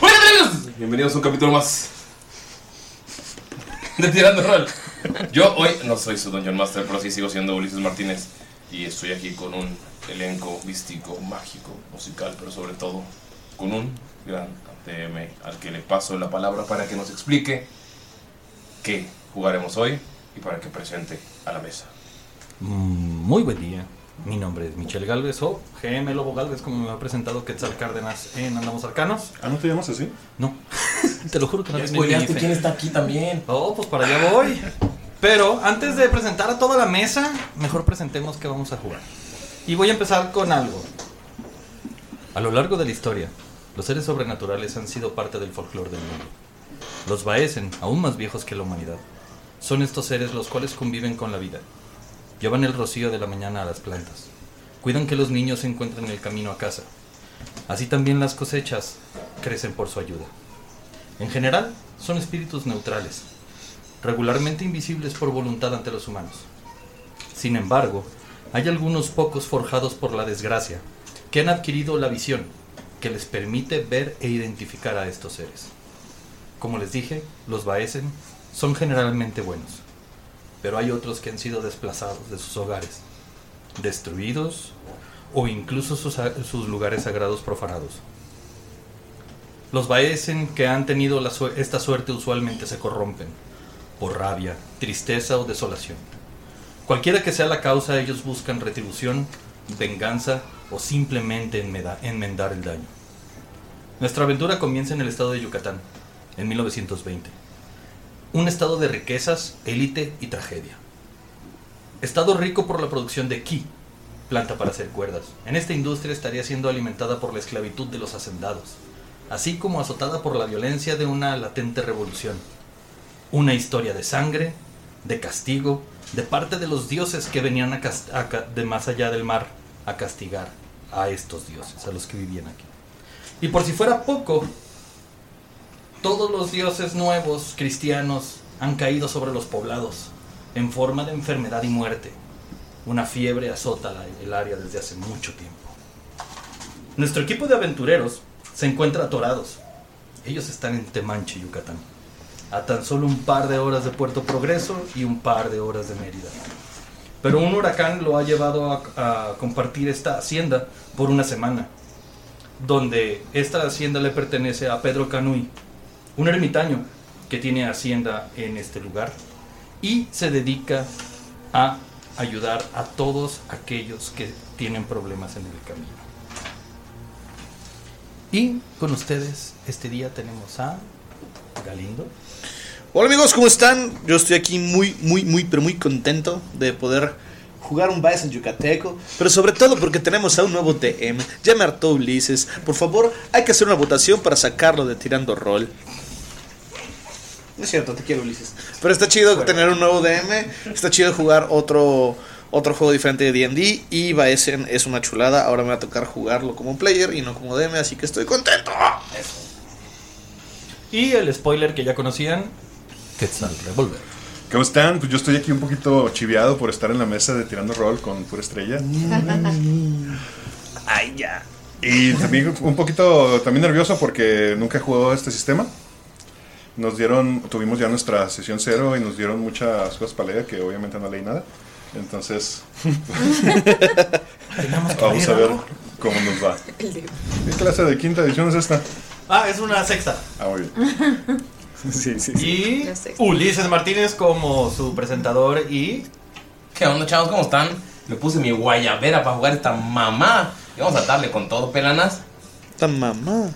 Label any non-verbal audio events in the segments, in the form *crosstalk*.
Hola amigos, bienvenidos a un capítulo más de Tirando Rol. Yo hoy no soy su Dungeon Master, pero sí sigo siendo Ulises Martínez y estoy aquí con un elenco místico, mágico, musical, pero sobre todo con un gran DM al que le paso la palabra para que nos explique qué jugaremos hoy y para que presente a la mesa. Mm, Muy buen día. Mi nombre es Michel Galvez o GM Lobo Galvez, como me ha presentado Quetzal Cárdenas en Andamos Arcanos. ¿Ah, no te llamas así? No. *laughs* te lo juro que no tengo spoileaste ni quién está aquí también. Oh, pues para allá voy. Pero antes de presentar a toda la mesa, mejor presentemos qué vamos a jugar. Y voy a empezar con algo. A lo largo de la historia, los seres sobrenaturales han sido parte del folclore del mundo. Los Baesen, aún más viejos que la humanidad, son estos seres los cuales conviven con la vida. Llevan el rocío de la mañana a las plantas. Cuidan que los niños encuentren el camino a casa. Así también las cosechas crecen por su ayuda. En general, son espíritus neutrales, regularmente invisibles por voluntad ante los humanos. Sin embargo, hay algunos pocos forjados por la desgracia que han adquirido la visión que les permite ver e identificar a estos seres. Como les dije, los Baesen son generalmente buenos, pero hay otros que han sido desplazados de sus hogares, destruidos o incluso sus, sus lugares sagrados profanados. Los Baesen que han tenido la sue- esta suerte usualmente se corrompen por rabia, tristeza o desolación. Cualquiera que sea la causa, ellos buscan retribución, venganza o simplemente enmeda- enmendar el daño. Nuestra aventura comienza en el estado de Yucatán, en 1920. Un estado de riquezas, élite y tragedia. Estado rico por la producción de ki, planta para hacer cuerdas. En esta industria estaría siendo alimentada por la esclavitud de los hacendados, así como azotada por la violencia de una latente revolución. Una historia de sangre, de castigo, de parte de los dioses que venían a cas- a ca- de más allá del mar a castigar a estos dioses, a los que vivían aquí. Y por si fuera poco, todos los dioses nuevos cristianos han caído sobre los poblados en forma de enfermedad y muerte. Una fiebre azota la- el área desde hace mucho tiempo. Nuestro equipo de aventureros se encuentra atorados. Ellos están en Temanche, Yucatán, a tan solo un par de horas de Puerto Progreso y un par de horas de Mérida. Pero un huracán lo ha llevado a- a compartir esta hacienda por una semana donde esta hacienda le pertenece a Pedro Canuy, un ermitaño que tiene hacienda en este lugar y se dedica a ayudar a todos aquellos que tienen problemas en el camino. Y con ustedes este día tenemos a Galindo. Hola amigos, ¿cómo están? Yo estoy aquí muy, muy, muy, pero muy contento de poder jugar un Bison Yucateco, pero sobre todo porque tenemos a un nuevo DM. Ya me hartó Ulises. Por favor, hay que hacer una votación para sacarlo de tirando rol. No es cierto, te quiero Ulises. Pero está chido tener un nuevo DM, está chido jugar otro otro juego diferente de D&D y Baesen es una chulada. Ahora me va a tocar jugarlo como player y no como DM, así que estoy contento. Y el spoiler que ya conocían, Quetzal Revolver. ¿Cómo están? Pues yo estoy aquí un poquito chiviado por estar en la mesa de Tirando Roll con Pura Estrella. Ay, ya. Y también un poquito también nervioso porque nunca he jugado a este sistema. Nos dieron, tuvimos ya nuestra sesión cero y nos dieron muchas cosas para leer que obviamente no leí nada. Entonces, vamos a ver cómo nos *laughs* va. ¿Qué clase de quinta edición es esta? Ah, es una sexta. Ah, muy bien. *laughs* Sí, sí, Y sé. Ulises Martínez como su presentador y... ¿Qué onda, chavos? ¿Cómo están? Le puse mi guayabera para jugar esta mamá. Y vamos a darle con todo, pelanas. Esta mamá.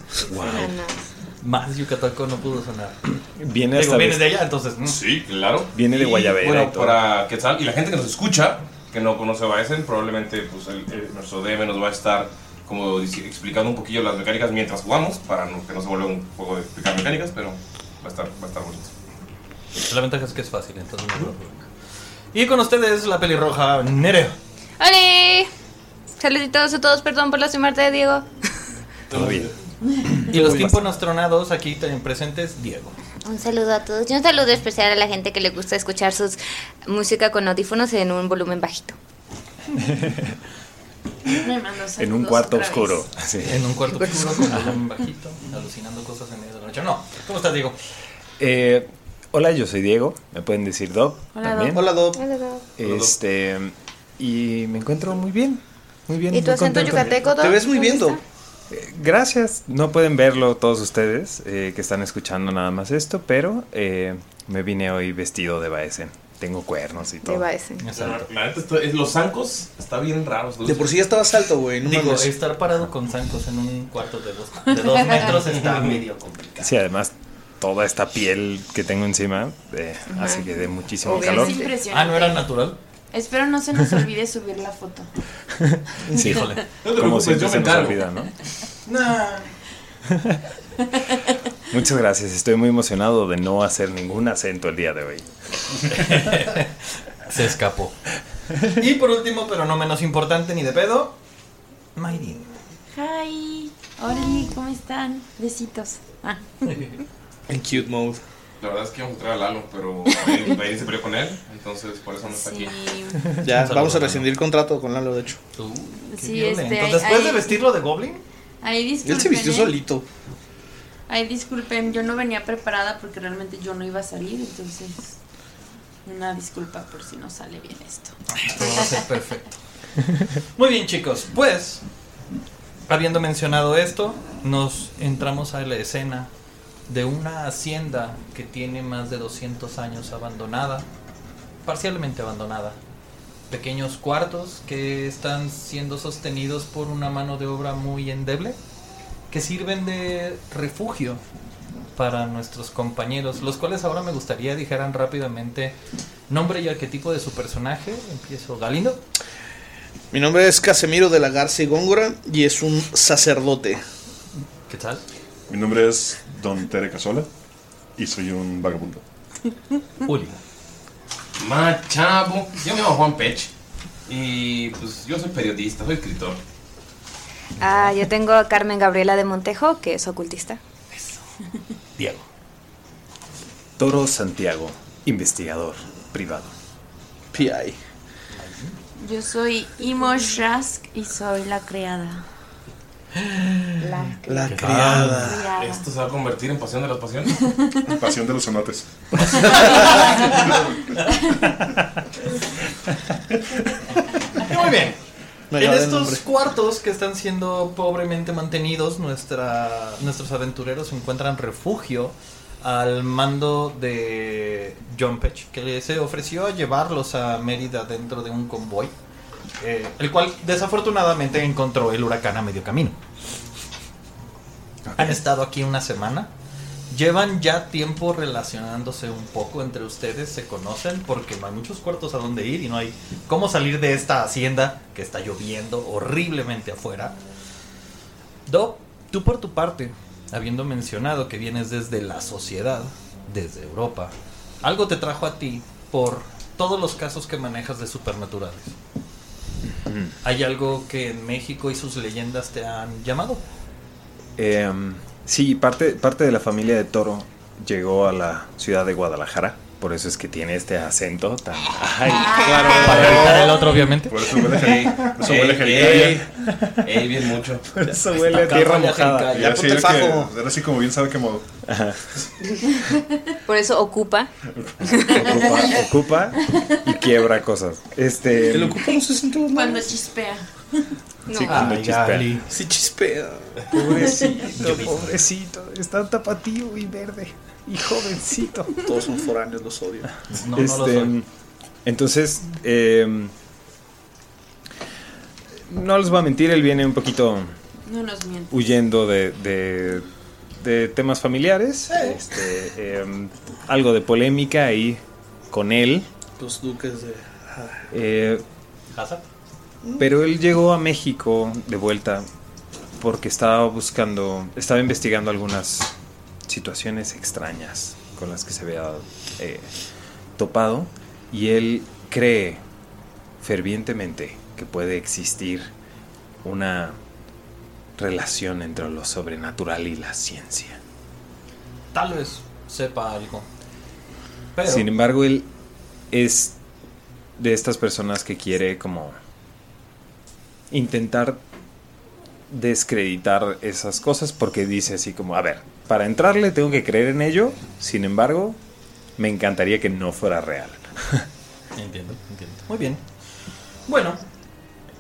Más Yucateco no pudo sonar. Viene Digo, hasta vienes vez- de allá, entonces... mm. Sí, claro. Viene de Y, guayabera Bueno, y todo. para Quetzal y la gente que nos escucha, que no conoce a Baesen, probablemente pues, el- el- nuestro DM nos va a estar como dice- explicando un poquillo las mecánicas mientras jugamos, para no- que no se vuelva un juego de explicar mecánicas, pero va a estar, va a estar bonito. La ventaja es que es fácil, entonces no lo provoca. Y con ustedes la pelirroja Nerea. ¡Hola! Saluditos a todos, perdón por la muerte, Diego. Y los tímpanos tronados aquí también presentes, Diego. Un saludo a todos y un saludo especial a la gente que le gusta escuchar sus música con audífonos en un volumen bajito. en un cuarto oscuro. Sí. En un cuarto oscuro con volumen bajito, alucinando cosas en medio de la noche. No, ¿cómo estás, Diego? Eh, hola, yo soy Diego. Me pueden decir Doc también. Hola, Pues Dob. Este y me encuentro muy bien, muy bien. muy contento. Te ves muy bien, Dob. Eh, Gracias. No pueden verlo todos ustedes eh, que están escuchando nada más esto, pero eh, me vine hoy vestido de Baesen. Tengo cuernos y todo. Exacto. La neta, esto- es- los zancos está bien raros. De por sí ya estabas alto, güey. No Digo, mames. estar parado con zancos en un cuarto de dos, de *laughs* dos metros está medio complicado. Sí, además toda esta piel que tengo encima eh, hace que dé muchísimo calor. Ah, ¿no era natural? Espero no se nos olvide subir la foto. Sí, Híjole. No te como preocupes, siempre yo se me nos encargo. olvida, ¿no? Nah. Muchas gracias. Estoy muy emocionado de no hacer ningún acento el día de hoy. Se escapó. *laughs* Y por último, pero no menos importante ni de pedo, Mayrin. Hi. Hola, ¿cómo están? Besitos. En cute mode. La verdad es que íbamos a traer a Lalo, pero Baden Baden se peleó con él, entonces por eso no está aquí. Ya, saludo, vamos a Lalo. rescindir contrato con Lalo, de hecho. Tú, qué Sí, violento. este, hay- Después de hay- vestirlo de goblin, Ahí Él se vistió solito. Ay, disculpen, yo no venía preparada porque realmente yo no iba a salir, entonces una disculpa por si no sale bien esto. todo va a ser perfecto. *laughs* Muy bien, chicos, pues, habiendo mencionado esto, nos entramos a la escena de una hacienda que tiene más de 200 años abandonada, parcialmente abandonada. Pequeños cuartos que están siendo sostenidos por una mano de obra muy endeble, que sirven de refugio para nuestros compañeros, los cuales ahora me gustaría dijeran rápidamente nombre y arquetipo de su personaje. Empiezo Galindo. Mi nombre es Casemiro de la Garza y Góngora y es un sacerdote. ¿Qué tal? Mi nombre es Don Tere Casola y soy un vagabundo. Uli. Machabo. Yo me llamo Juan Pech. Y pues yo soy periodista, soy escritor. Ah, yo tengo a Carmen Gabriela de Montejo, que es ocultista. Diego. Toro Santiago, investigador privado. P.I. Yo soy Imo Shrask y soy la creada. La La criada. Ah. criada. Esto se va a convertir en pasión de *laughs* las pasiones. Pasión de los cenotes. Muy bien. Me en agrada el estos nombre. cuartos que están siendo pobremente mantenidos, nuestra, nuestros aventureros encuentran refugio al mando de John Pech, que se ofreció a llevarlos a Mérida dentro de un convoy, eh, el cual desafortunadamente encontró el huracán a medio camino. Han estado aquí una semana. Llevan ya tiempo relacionándose un poco entre ustedes, se conocen porque no hay muchos cuartos a donde ir y no hay cómo salir de esta hacienda que está lloviendo horriblemente afuera. Do, tú por tu parte, habiendo mencionado que vienes desde la sociedad, desde Europa, algo te trajo a ti por todos los casos que manejas de supernaturales. ¿Hay algo que en México y sus leyendas te han llamado? Em, sí, parte, parte de la familia de Toro llegó a la ciudad de Guadalajara. Por eso es que tiene este acento tan... Ay, claro. Para evitar el otro, obviamente. Por eso huele a jerica- por eso huele a jericaya. Ey, bien mucho. Por eso huele a tierra mojada. Y así, el que, era así como bien sabe qué modo. *laughs* Por eso ocupa. Ocupa, ocupa y quiebra cosas. Este... Cuando chispea. Sí, cuando chispea. Sí, chispea. Pobrecito, pobrecito. Está tapatío y verde. Y jovencito. Todos son foráneos, los odio. Este, Entonces, eh, no les voy a mentir, él viene un poquito No nos mientas. huyendo de, de- de temas familiares. Este, eh, algo de polémica ahí con él. Los duques de. ah, eh, pero él llegó a México de vuelta porque estaba buscando, estaba investigando algunas situaciones extrañas con las que se había eh, topado y él cree fervientemente que puede existir una relación entre lo sobrenatural y la ciencia. Tal vez sepa algo. Pero Sin em- embargo, él es de estas personas que quiere como intentar descreditar esas cosas porque dice así como, a ver, para entrarle tengo que creer en ello, sin embargo, me encantaría que no fuera real. Entiendo, entiendo. Muy bien. Bueno,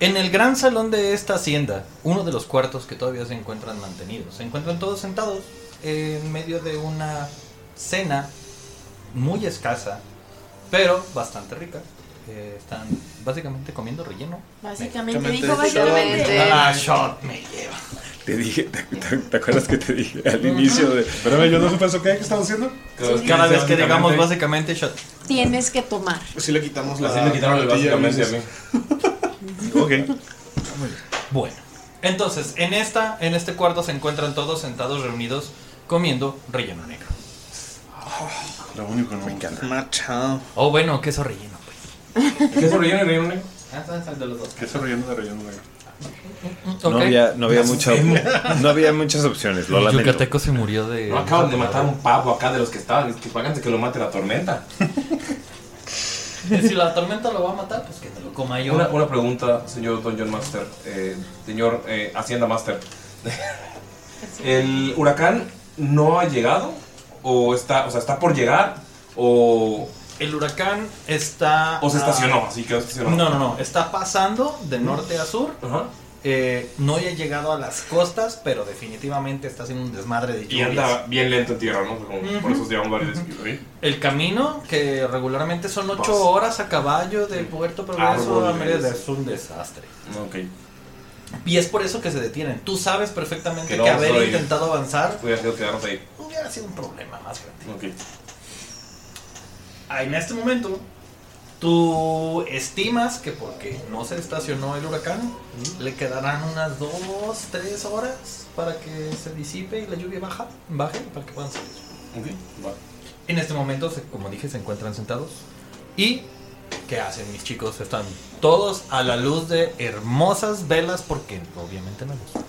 en el gran salón de esta hacienda, uno de los cuartos que todavía se encuentran mantenidos, se encuentran todos sentados en medio de una cena muy escasa, pero bastante rica. Eh, están básicamente comiendo relleno. Básicamente, dijo básicamente. Ah, shot me lleva. Te dije, ¿te, te- te acuerdas que te dije Pues al inicio de... Espérame, yo no supe eso. ¿Qué, ¿Qué estamos haciendo? Pues Cada vez que digamos básicamente shot. Tienes que tomar. Así le quitamos la. Así me quitaron el tortilla, básicamente a dices. mí. Ok. Bueno, entonces en esta, en este cuarto se encuentran todos sentados reunidos comiendo relleno negro. Lo único no me encanta. Machado. Oh, bueno, queso relleno. pues. *laughs* ¿Queso relleno y relleno negro? Ah, de los dos. Queso relleno de relleno negro. No había, no, había mucha- no había muchas opciones, lo El lamento. yucateco se murió de- No acaban de matar a un pavo acá de los que estaban. Que páganse que lo mate la tormenta. Y si la tormenta lo va a matar, pues que te lo coma yo. Una, una pregunta, señor Don John Master. eh, señor eh, Hacienda Master. *laughs* ¿El huracán no ha llegado? ¿O está, o sea, está por llegar? ¿O El huracán está. O se estacionó, ah, así quedó estacionado. No, no, no. Está pasando de norte a sur. Eh, no ya ha llegado a las costas, pero definitivamente está haciendo un desmadre de Y lluvias. anda bien lento en tierra, ¿no? Como Por eso llevamos varios días ahí. El camino, que regularmente son 8 Vas. horas a caballo de Puerto Progreso a Árboles. Mérida, es un desastre. Ok. Y es por eso que se detienen. Tú sabes perfectamente Que que, no haber soy- intentado avanzar Hubiera sido quedarnos ahí. hubiera sido un problema más grande. Ok. Ah, En este momento, tú estimas que porque no se estacionó el huracán, le quedarán unas 2, 3 horas para que se disipe y la lluvia baja, baje para que puedan salir. En este momento, se- como dije, se encuentran sentados. ¿Y qué hacen mis chicos? Están todos a la luz de hermosas velas porque obviamente no los...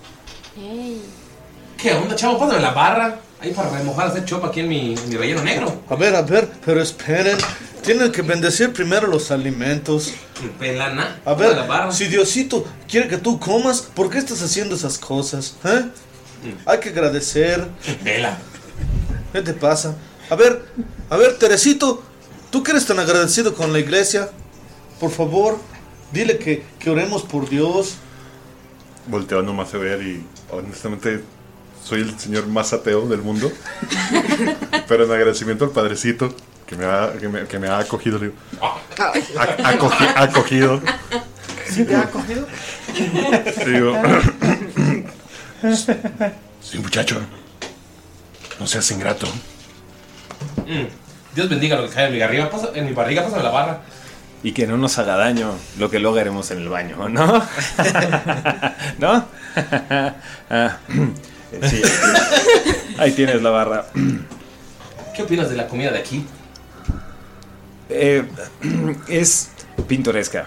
¿Qué onda, chavo? Pásame la barra. Ahí para remojar, hacer chopa aquí en mi, en mi relleno negro. A ver, a ver, pero esperen. Tienen que bendecir primero los alimentos. Mm. Pelana. A ver, si Diosito quiere que tú comas, ¿por qué estás haciendo esas cosas? eh? Mm. Hay que agradecer. Vela. ¿Qué te pasa? A ver, a ver, Teresito, ¿tú que eres tan agradecido con la iglesia? Por favor, dile que, que oremos por Dios. Volteo nomás a ver y honestamente Soy el señor más ateo del mundo. Pero en agradecimiento al padrecito que me ha, que me, que me ha acogido, le digo, "A- acogi- acogido. ¿Sí te ha cogido? Le digo, Sí, muchacho. No seas ingrato. Dios bendiga lo que cae en mi barriga. Pasa- en mi barriga pasa la barra. Y que no nos haga daño lo que lograremos en el baño, ¿no? ¿No? Ah, sí, ahí tienes. ahí tienes la barra. ¿Qué opinas de la comida de aquí? Eh, *clears throat* es pintoresca.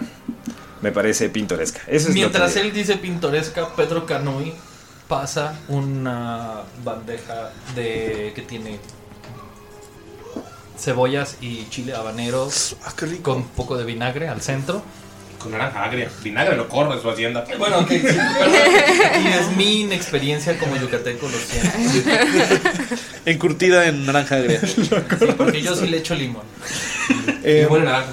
Me parece pintoresca. Eso es lo Mientras que- él dice pintoresca, Pedro Canoy pasa una bandeja de que tiene cebollas y chile habanero Ah, con un poco de vinagre al centro. Con naranja agria. Vinagre lo corre de su hacienda. Bueno, ok, sí, perdón. Y es mi inexperiencia como yucateco, lo *laughs* siento. Encurtida en naranja agria. *laughs* Sí, porque yo sí le echo limón. Eh, Limón y naranja.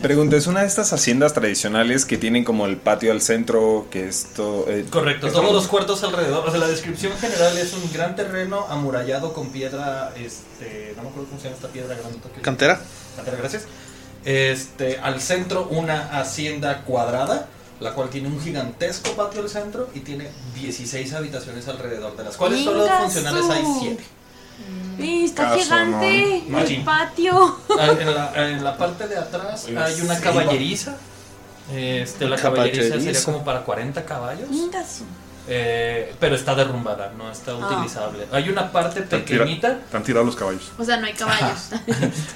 Pregunta, ¿es una de estas haciendas tradicionales que tienen como el patio al centro, que eh, esto... Correcto, todos los cuartos alrededor. O sea, la descripción general es un gran terreno amurallado con piedra, este, no me acuerdo cómo se llama esta piedra grandota que- Cantera. Cantera, gracias. Este, al centro una hacienda cuadrada, la cual tiene un gigantesco patio al centro y tiene 16 habitaciones alrededor, de las cuales solo Ingasu. funcionales hay 7. Sí, está Caso, gigante ¿no? el Machín. patio. En la, en la parte de atrás Oiga, hay una sí. caballeriza. Este, la Caballeriza. caballeriza sería como para 40 caballos. Ingasu. Eh, pero está derrumbada, no está Ah. utilizable. Hay una parte "Tira- pequeñita. te han tirado los caballos. O sea, no hay caballos.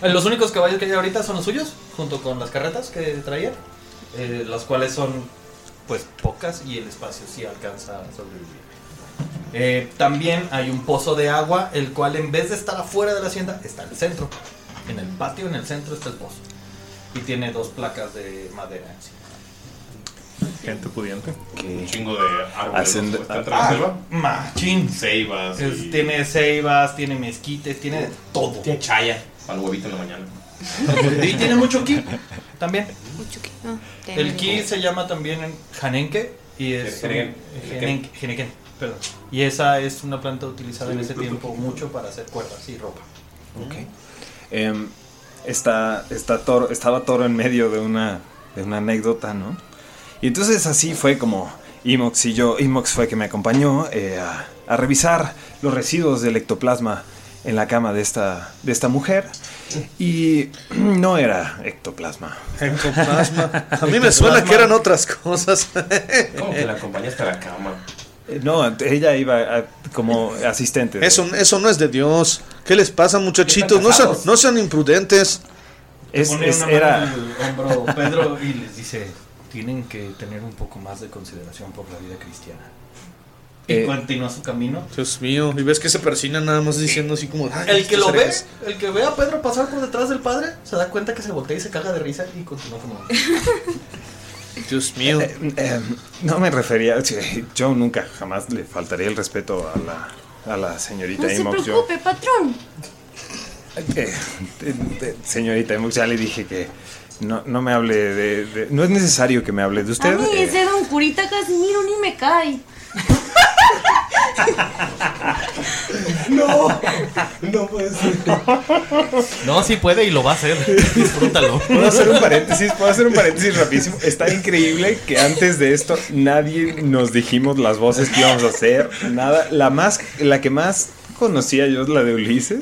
los únicos caballos que hay ahorita son los suyos, junto con las carretas que traía, eh, las cuales son pues pocas y el espacio sí alcanza a sobrevivir. Eh, también hay un pozo de agua, el cual en vez de estar afuera de la hacienda, está en el centro. En el patio, en el centro está el pozo. Y tiene dos placas de madera encima. Gente pudiente. Un chingo de árboles. Hacen- ¿no? ¿Está entre Ah, la selva? Machín. Ah, Ceibas. Es- y- Tiene ceibas, tiene mezquites, tiene de todo. Tiene chaya. Para el huevito en la mañana. Y tiene mucho ki también. No, te El ki digo. se llama también en janenque y es El jenenque. un- jenenque- jenenque, perdón. Y esa es una planta utilizada en ese tiempo mucho para hacer cuerdas y ropa. Em, está, está Toro- estaba Toro en medio de una, de una anécdota, ¿no? Y entonces así fue como Imox y yo, Imox fue que me acompañó eh, a, a revisar los residuos del ectoplasma en la cama de esta, de esta mujer. Y *clears throat* no era ectoplasma. Ectoplasma. A mí me suena que eran otras cosas. ¿Cómo que la acompañaste a la cama? Eh, No, ella iba a- como asistente. de- Eso, eso no es de Dios. ¿Qué les pasa, muchachitos? No sean, no sean imprudentes. Es- Pone una mano en el *laughs* hombro Pedro y les dice, tienen que tener un poco más de consideración por la vida cristiana. Y Eh, continúa su camino. Dios mío, y ves que se persina nada más diciendo así como. "Ay, Ah, El que estas lo ve, orejas". el que ve a Pedro pasar por detrás del padre, se da cuenta que se voltea y se caga de risa y continúa como... Dios mío. Eh, no me refería, sí, yo nunca jamás le faltaría el respeto a la, a la señorita No se Imox. yo- preocupe, patrón. Eh, eh, eh, señorita Imox, ya le dije que no, no me hable de, de- No es necesario que me hable de A usted. mí eh, ese don curita Casimiro ni me cae. No, *laughs* no puede ser. No, sí puede y lo va a hacer. *laughs* Disfrútalo. ¿Puedo hacer un paréntesis? ¿Puedo hacer un paréntesis rapidísimo? Está increíble que antes de esto nadie nos dijimos las voces que íbamos a hacer, nada. La más, la que más conocía yo es la de Ulises.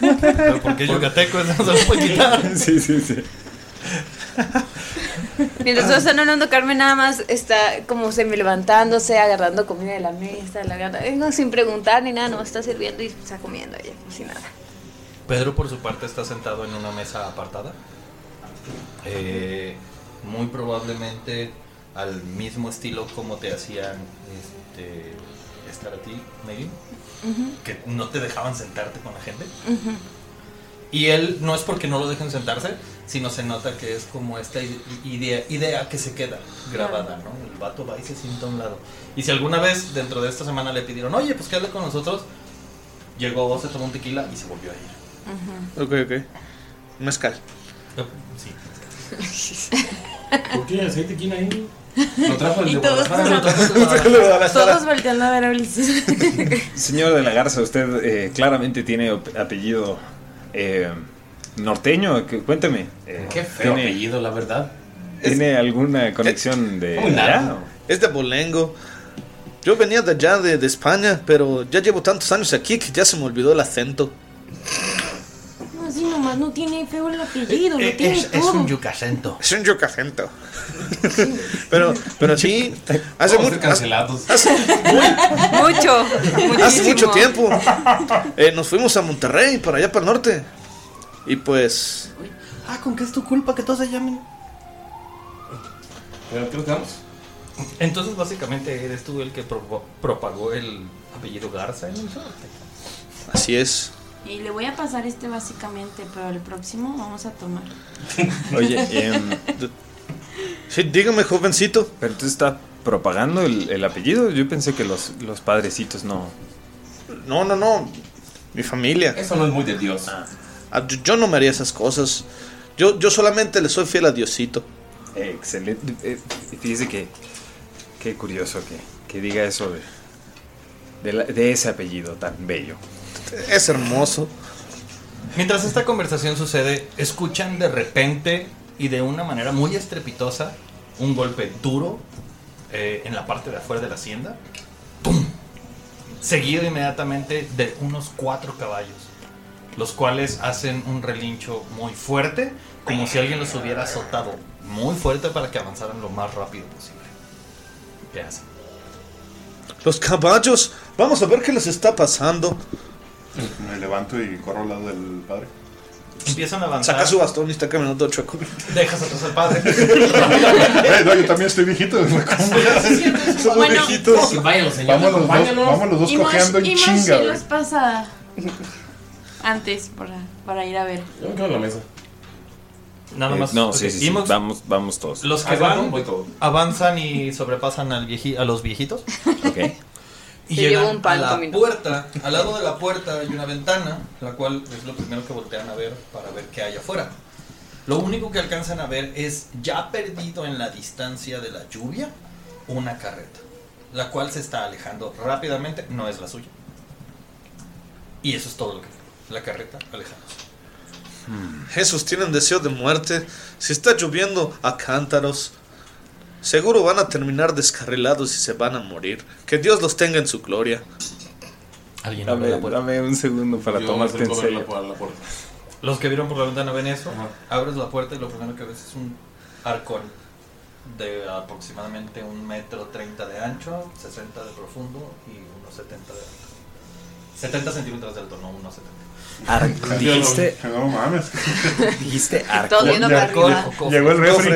*laughs* Porque yucateco *laughs* pues, es no se lo puede quitar. Sí, sí, sí. Mientras todos están hablando, Carmen nada más está como semi-levantándose, agarrando comida de la mesa, la gana. Vengo sin preguntar ni nada, nomás está sirviendo y está comiendo ella, como si nada. Pedro, por su parte, está sentado en una mesa apartada. Eh, muy probablemente al mismo estilo como te hacían este, estar a ti, Megan, Ujú. que no te dejaban sentarte con la gente. Ujú. Y él no es porque no lo dejen sentarse, sino se nota que es como esta i- idea, idea que se queda grabada, ¿no? El vato va y se sienta a un lado. Y si alguna vez dentro de esta semana le pidieron, oye, pues quédate con nosotros, llegó, se tomó un tequila y se volvió a ir. Ok, ok. Mezcal. Sí. ¿Por qué aceite quién ahí? Lo trajo el de Y todos, Guadalajara. Lo trajo el de todos, todos volteando a ver a Ulises. Señor de la Garza, usted eh, claramente tiene op- apellido eh, norteño. que- Cuénteme. eh, Qué feo ¿tiene, apellido, la verdad. tiene alguna conexión de Muy largo. allá? Es de Este Bolengo. Yo venía de allá, de, de España, pero ya llevo tantos años aquí que ya se me olvidó el acento. No, así nomás no tiene feo el apellido, lo tiene Eh, es- es todo. un yucacento. Es un yucacento. *laughs* pero, pero sí, hace, Vamos a mu- ser cancelados. Mucho. hace muchísimo. mucho tiempo eh, nos fuimos a Monterrey, para allá para el norte. Y pues, Ah, ¿con qué es tu culpa que todos se llamen? Pero creo que vamos. Entonces, básicamente, eres tú el que propo- propagó el apellido Garza en el así es. Y le voy a pasar este básicamente, pero el próximo vamos a tomar. Oye, sí, dígame, jovencito. Pero tú estás propagando el, el apellido. Yo pensé que los, los padrecitos no. No, no, no. Mi familia. Eso no es muy de Dios. Ah, yo, yo no me haría esas cosas. Yo, yo solamente le soy fiel a Diosito. Excelente. Eh, Fíjese que. Qué curioso que, que diga eso de, de, la- de ese apellido tan bello. Es hermoso. Mientras esta conversación sucede, escuchan de repente y de una manera muy estrepitosa un golpe duro eh, en la parte de afuera de la hacienda. ¡Tum! Seguido inmediatamente de unos cuatro caballos, los cuales hacen un relincho muy fuerte, como si alguien los hubiera azotado muy fuerte para que avanzaran lo más rápido posible. ¿Qué hacen? Los caballos, vamos a ver qué les está pasando. Me levanto y corro al lado del padre. Empiezan a avanzar. Saca su bastón y está caminando chueco. Dejas atrás al padre. Eh, no, yo también estoy viejito. güey, ¿cómo? Somos Bueno. viejitos. Que vayan los vamos los dos, vamos los dos y Mosh- cojeando en y Mosh chinga. sí güey. los pasa antes para, para ir a ver. Yo me quedo en la mesa. Nada Eh, más. no, ok, sí, sí, sí, Imox- Vamos, vamos todos. Los que van avanzan y sobrepasan al vieji- a los *laughs* viejitos. Y Te llegan llevo un pan a la con mi novio. puerta. Al lado de la puerta hay una ventana, la cual es lo primero que voltean a ver para ver qué hay afuera. Lo único que alcanzan a ver es, ya perdido en la distancia de la lluvia, una carreta, la cual se está alejando rápidamente, no es la suya. Y eso es todo lo que La carreta alejándose. Esos tienen deseo de muerte. Si está lloviendo a cántaros, seguro van a terminar descarrilados y se van a morir. Que Dios los tenga en su gloria. Alguien Dame, dame un segundo para Yo tomarte acerco en a ver la serio. pu- la puerta. Los que vieron por la ventana ven eso, abres la puerta y lo primero que ves es un arcón de aproximadamente un metro treinta de ancho, 60 de profundo y unos 70 de alto. 70 centímetros de alto, no unos 70. Arcón. Dijiste- No mames. *laughs* Dijiste Todos viendo para Arcón. arriba. Llegó- Llegó el refri.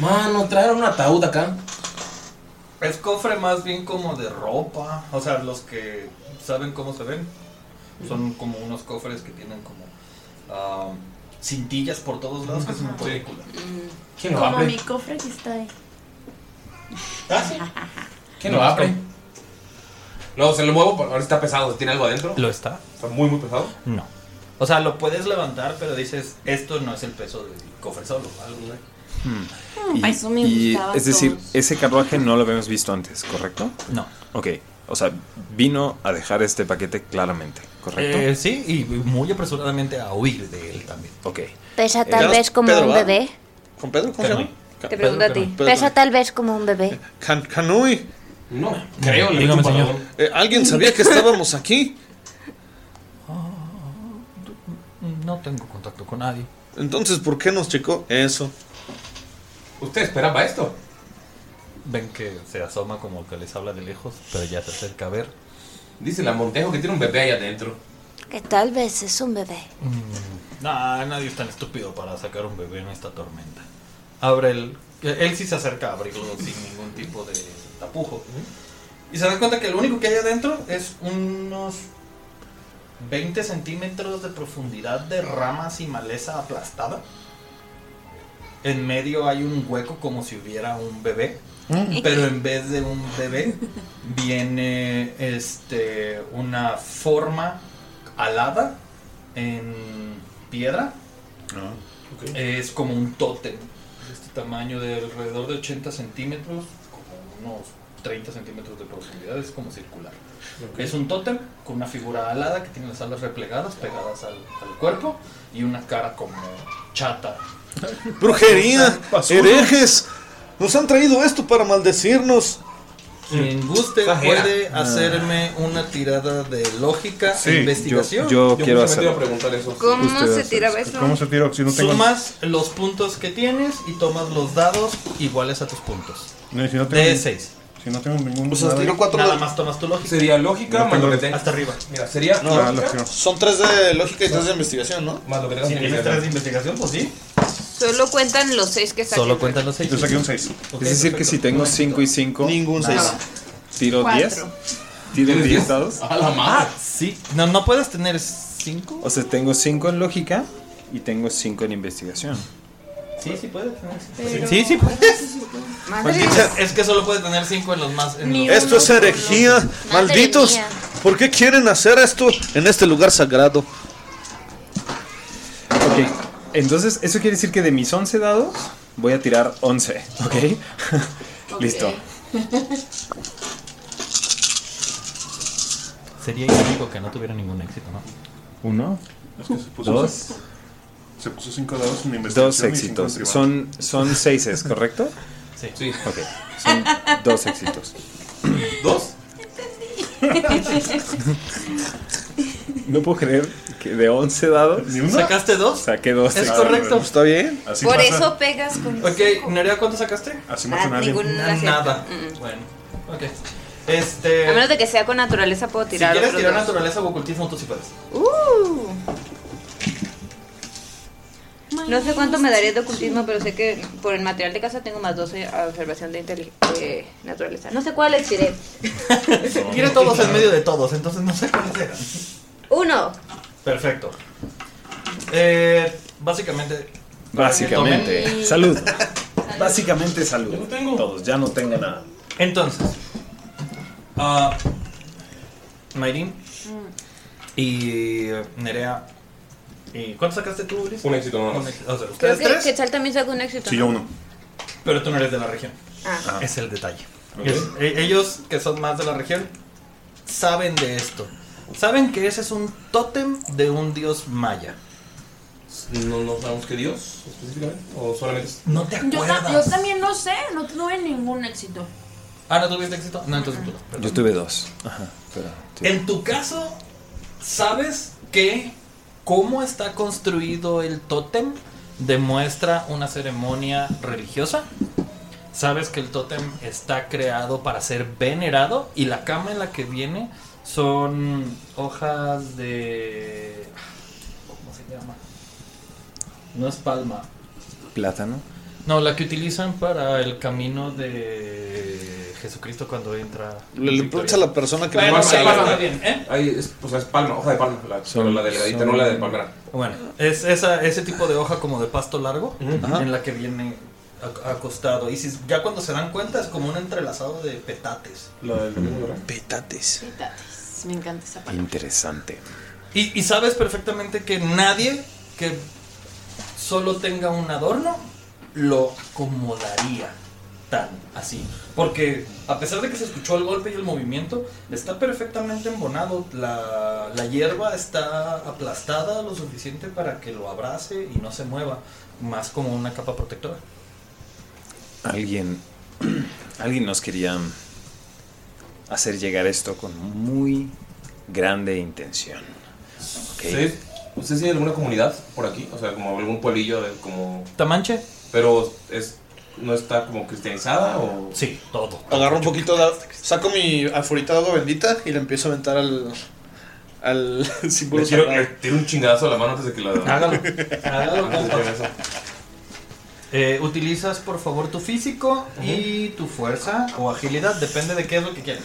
Mano, traer un ataúd acá. Es cofre más bien como de ropa, o sea, los que saben cómo se ven. Son como unos cofres que tienen como ah, cintillas por todos lados, que es una película. ¿Quién lo Como abre? ¿Ah, mi cofre que está ahí. ¿Quién lo abre? No, se lo muevo, por- ahora está pesado. ¿Tiene algo adentro? ¿Lo está? ¿Está muy, muy pesado? No. O sea, lo puedes levantar, pero dices, esto no es el peso del cofre solo. Algo de... Hmm. Mm, pa' eso me gustaba es decir, ese carruaje no lo habíamos visto antes, ¿correcto? No. Ok, o sea, vino a dejar este paquete claramente, ¿correcto? Eh, sí, y muy apresuradamente a huir de él también. Ok. Pesa tal vez como un bebé. ¿Con Pedro? ¿Cómo se llama? Te pregunto a ti. Pesa tal vez como un bebé. Can ¿Canui? Eh, No, creo, le Dígame, meto un señor. patadón. ¿Alguien sabía que estábamos aquí? No tengo contacto con nadie. Entonces, ¿por qué nos checó eso? ¿Usted esperaba esto? Ven que se asoma como que les habla de lejos, pero ya se acerca a ver. Dice la Montejo que tiene un bebé ahí adentro. Que tal vez es un bebé. Nah, nadie es tan estúpido para sacar un bebé en esta tormenta. Abre el... Él sí se acerca a abrirlo sin ningún tipo de tapujo. Y se dan cuenta que lo único que hay adentro es unos 20 centímetros de profundidad de ramas y maleza aplastada. En medio hay un hueco como si hubiera un bebé. Mm. *laughs* Pero en vez de un bebé, viene este una forma alada en piedra. Es como un tótem de este tamaño de alrededor de 80 centímetros, como unos 30 centímetros de profundidad, es como circular. Ok. Es un tótem con una figura alada que tiene las alas replegadas, pegadas al, al cuerpo, y una cara como chata. ¡Brujería! Basura. ¡Herejes! ¡Nos han traído esto para maldecirnos! Quien guste Pajera. puede Ah. hacerme una tirada de lógica Sí, e investigación. yo- yo quiero justamente hacerlo. a preguntar eso. ¿Cómo Justo se iba a tiraba hacer eso? eso? ¿Cómo se tira si no tengo- Sumas los puntos que tienes y tomas los dados iguales a tus puntos. No, si no tengo- de 6. Si no tengo ningún. Pues O sea, nada. tiró cuatro- Nada más tomas tu lógica. Sería lógica No más lo tengo- que tengas. Hasta arriba. Mira, sería No, lógica. lógica. Son tres de lógica y tres de investigación, ¿no? Más lo que tengas Si en tienes investigación. tres de investigación, pues sí. Solo cuentan los seis que saqué. cuentan los 6. Yo saqué un 6. es decir, que si tengo 5 y 5, ningún seis. ¿Tiro Cuatro. 10? ¿Tiro ¿Tienes 10 diez? dados? Ah, ¡A la madre! Sí. No, no puedes tener 5. O sea, tengo 5 en lógica y tengo 5 en investigación. Sí, sí puedes tener Pero- Sí, sí puedes. Madre. Maldita, Es que solo puedes tener 5 en los más. en los- Esto es herejía, malditos. mía. ¿Por qué quieren hacer esto en este lugar sagrado? Ok, entonces eso quiere decir que de mis 11 dados voy a tirar 11, *laughs* ¿ok? Listo. Sería irónico que no tuviera ningún éxito, ¿no? Uno, Es que se puso- dos, Se puso 5 dados en investigación. dos éxitos. Son, son seises, ¿correcto? Sí. Ok, son dos éxitos. ¿Dos? No puedo creer que de 11 dados. uno? ¿Sacaste dos? Saqué dos. Es correcto. ¿Está bien? Por eso pegas con. Ok, Nerea, ¿cuánto sacaste? Así Ah, marginal. ningún Na- acierto. Nada. Mm. Bueno, ok. Este. A menos de que sea con naturaleza, puedo Si tirar. quieres otros tirar dos. naturaleza o ocultismo, tú sí *laughs* puedes. Uh. No sé cuánto me daría de ocultismo, pero sé que por el material de casa tengo más 12 a observación de, inteli- de naturaleza. No sé cuál les tiré. Tiene todos en medio de todos, entonces no sé cuáles eran. Uno. Perfecto. Eh, básicamente. Básicamente. Tomen. Salud. Básicamente salud. Todos, ya no tengo nada. Entonces, ah, Mayrin Mm. y eh, Nerea. ¿Y ¿Cuánto sacaste tú, Ulises? Un éxito nomás. Un éxito. O sea, Creo ustedes que tres. Quetzal también sacó un éxito. Sí, yo uno. Pero tú no eres de la región. Ah. Es el detalle. Es- e- ellos que son más de la región saben de esto. Saben que ese es un tótem de un dios maya. No, no sabemos qué dios específicamente. O solamente. No te Yo, ta- yo también lo sé, no tuve ningún éxito. Ah, no tuviste éxito. No, entonces tú no, perdón. Yo tuve dos. Ajá, pero. En tu caso, ¿sabes que cómo está construido el tótem demuestra una ceremonia religiosa? ¿Sabes que el tótem está creado para ser venerado y la cama en la que viene son hojas de... ¿Cómo se llama? No es palma. Plátano. No, la que utilizan para el camino de Jesucristo cuando entra. Le- le preguntas a la persona que Bueno, más ahí sabe. está bien, ¿eh? Ahí es, o sea, es palma, hoja de palma. La, pero la delgadita, no la de palmera. Bueno, es esa, ese tipo de hoja como de pasto largo Ujú. en la que viene ac- acostado. Y si, ya cuando se dan cuenta es como un entrelazado de petates. Petates. Petates, Me encanta esa palabra. Interesante. Y, y sabes perfectamente que nadie que solo tenga un adorno lo acomodaría tan así. Porque a pesar de que se escuchó el golpe y el movimiento, está perfectamente embonado. La, la hierba está aplastada lo suficiente para que lo abrace y no se mueva. Más como una capa protectora. Alguien. *clears throat* Alguien nos quería hacer llegar esto con muy grande intención. Ok. ¿Ustedes, ¿Ustedes tienen alguna comunidad por aquí? O sea, como algún pueblillo de como. ¿Tamanche? Pero es, no está como cristianizada o. Sí, todo. Agarro un poquito de. Saco mi aforita de agua bendita y le empiezo a aventar al. al *laughs* símbolo Le tiro, le sagrado. tiro un chingazo a la mano antes de que la. Hágalo. Hágalo, Antes de que compa. haga eso. Eh, utilizas por favor tu físico y tu fuerza o agilidad, depende de qué es lo que quieres.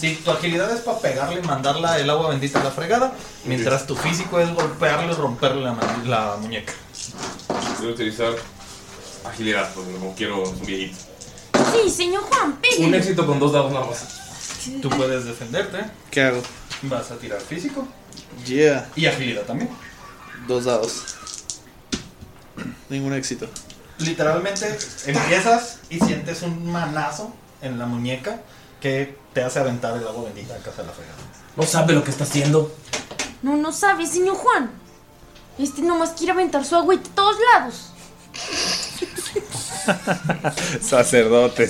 Si tu agilidad es para pegarle y mandarla el agua bendita a la fregada, mientras tu físico es golpearle y romperle la, ma- la muñeca. Voy a utilizar agilidad, porque como quiero es un viejito. Sí, señor Juan, pegue. Un éxito con dos dados nada más. Tú puedes defenderte, ¿Qué hago? vas a tirar físico Yeah. y agilidad también. *laughs* Dos dados. Ningún éxito. literalmente empiezas y sientes un manazo en la muñeca que te hace aventar el agua bendita a casa de la fregada. No sabe lo que está haciendo. No, no sabe, señor Juan. Este nomás quiere aventar su agüita a todos lados. Sacerdote,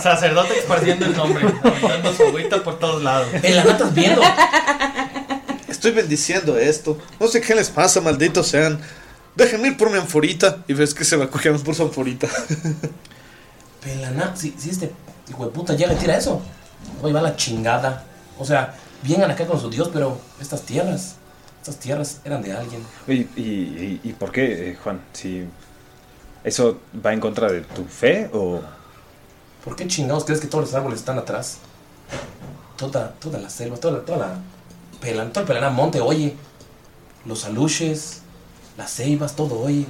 Sacerdote esparciendo el nombre, aventando su agüita por todos *laughs* lados. *laughs* Estoy bendiciendo esto. No sé qué les pasa, malditos sean. Déjenme ir por mi anforita. Y ves que se la cogieron por su anforita. *laughs* Pelana, si, si este hijo de puta ya le tira eso. Hoy va la chingada. O sea, vengan acá con su dios, pero estas tierras, estas tierras eran de alguien. ¿Y, y, y- y por qué, eh, Juan? Si ¿Eso va en contra de tu fe o...? ¿Por qué chingados crees que todos los árboles están atrás? Toda, toda la selva, toda la, toda la pelan, todo el pelaná monte, oye. Los aluches, las ceibas, todo oye.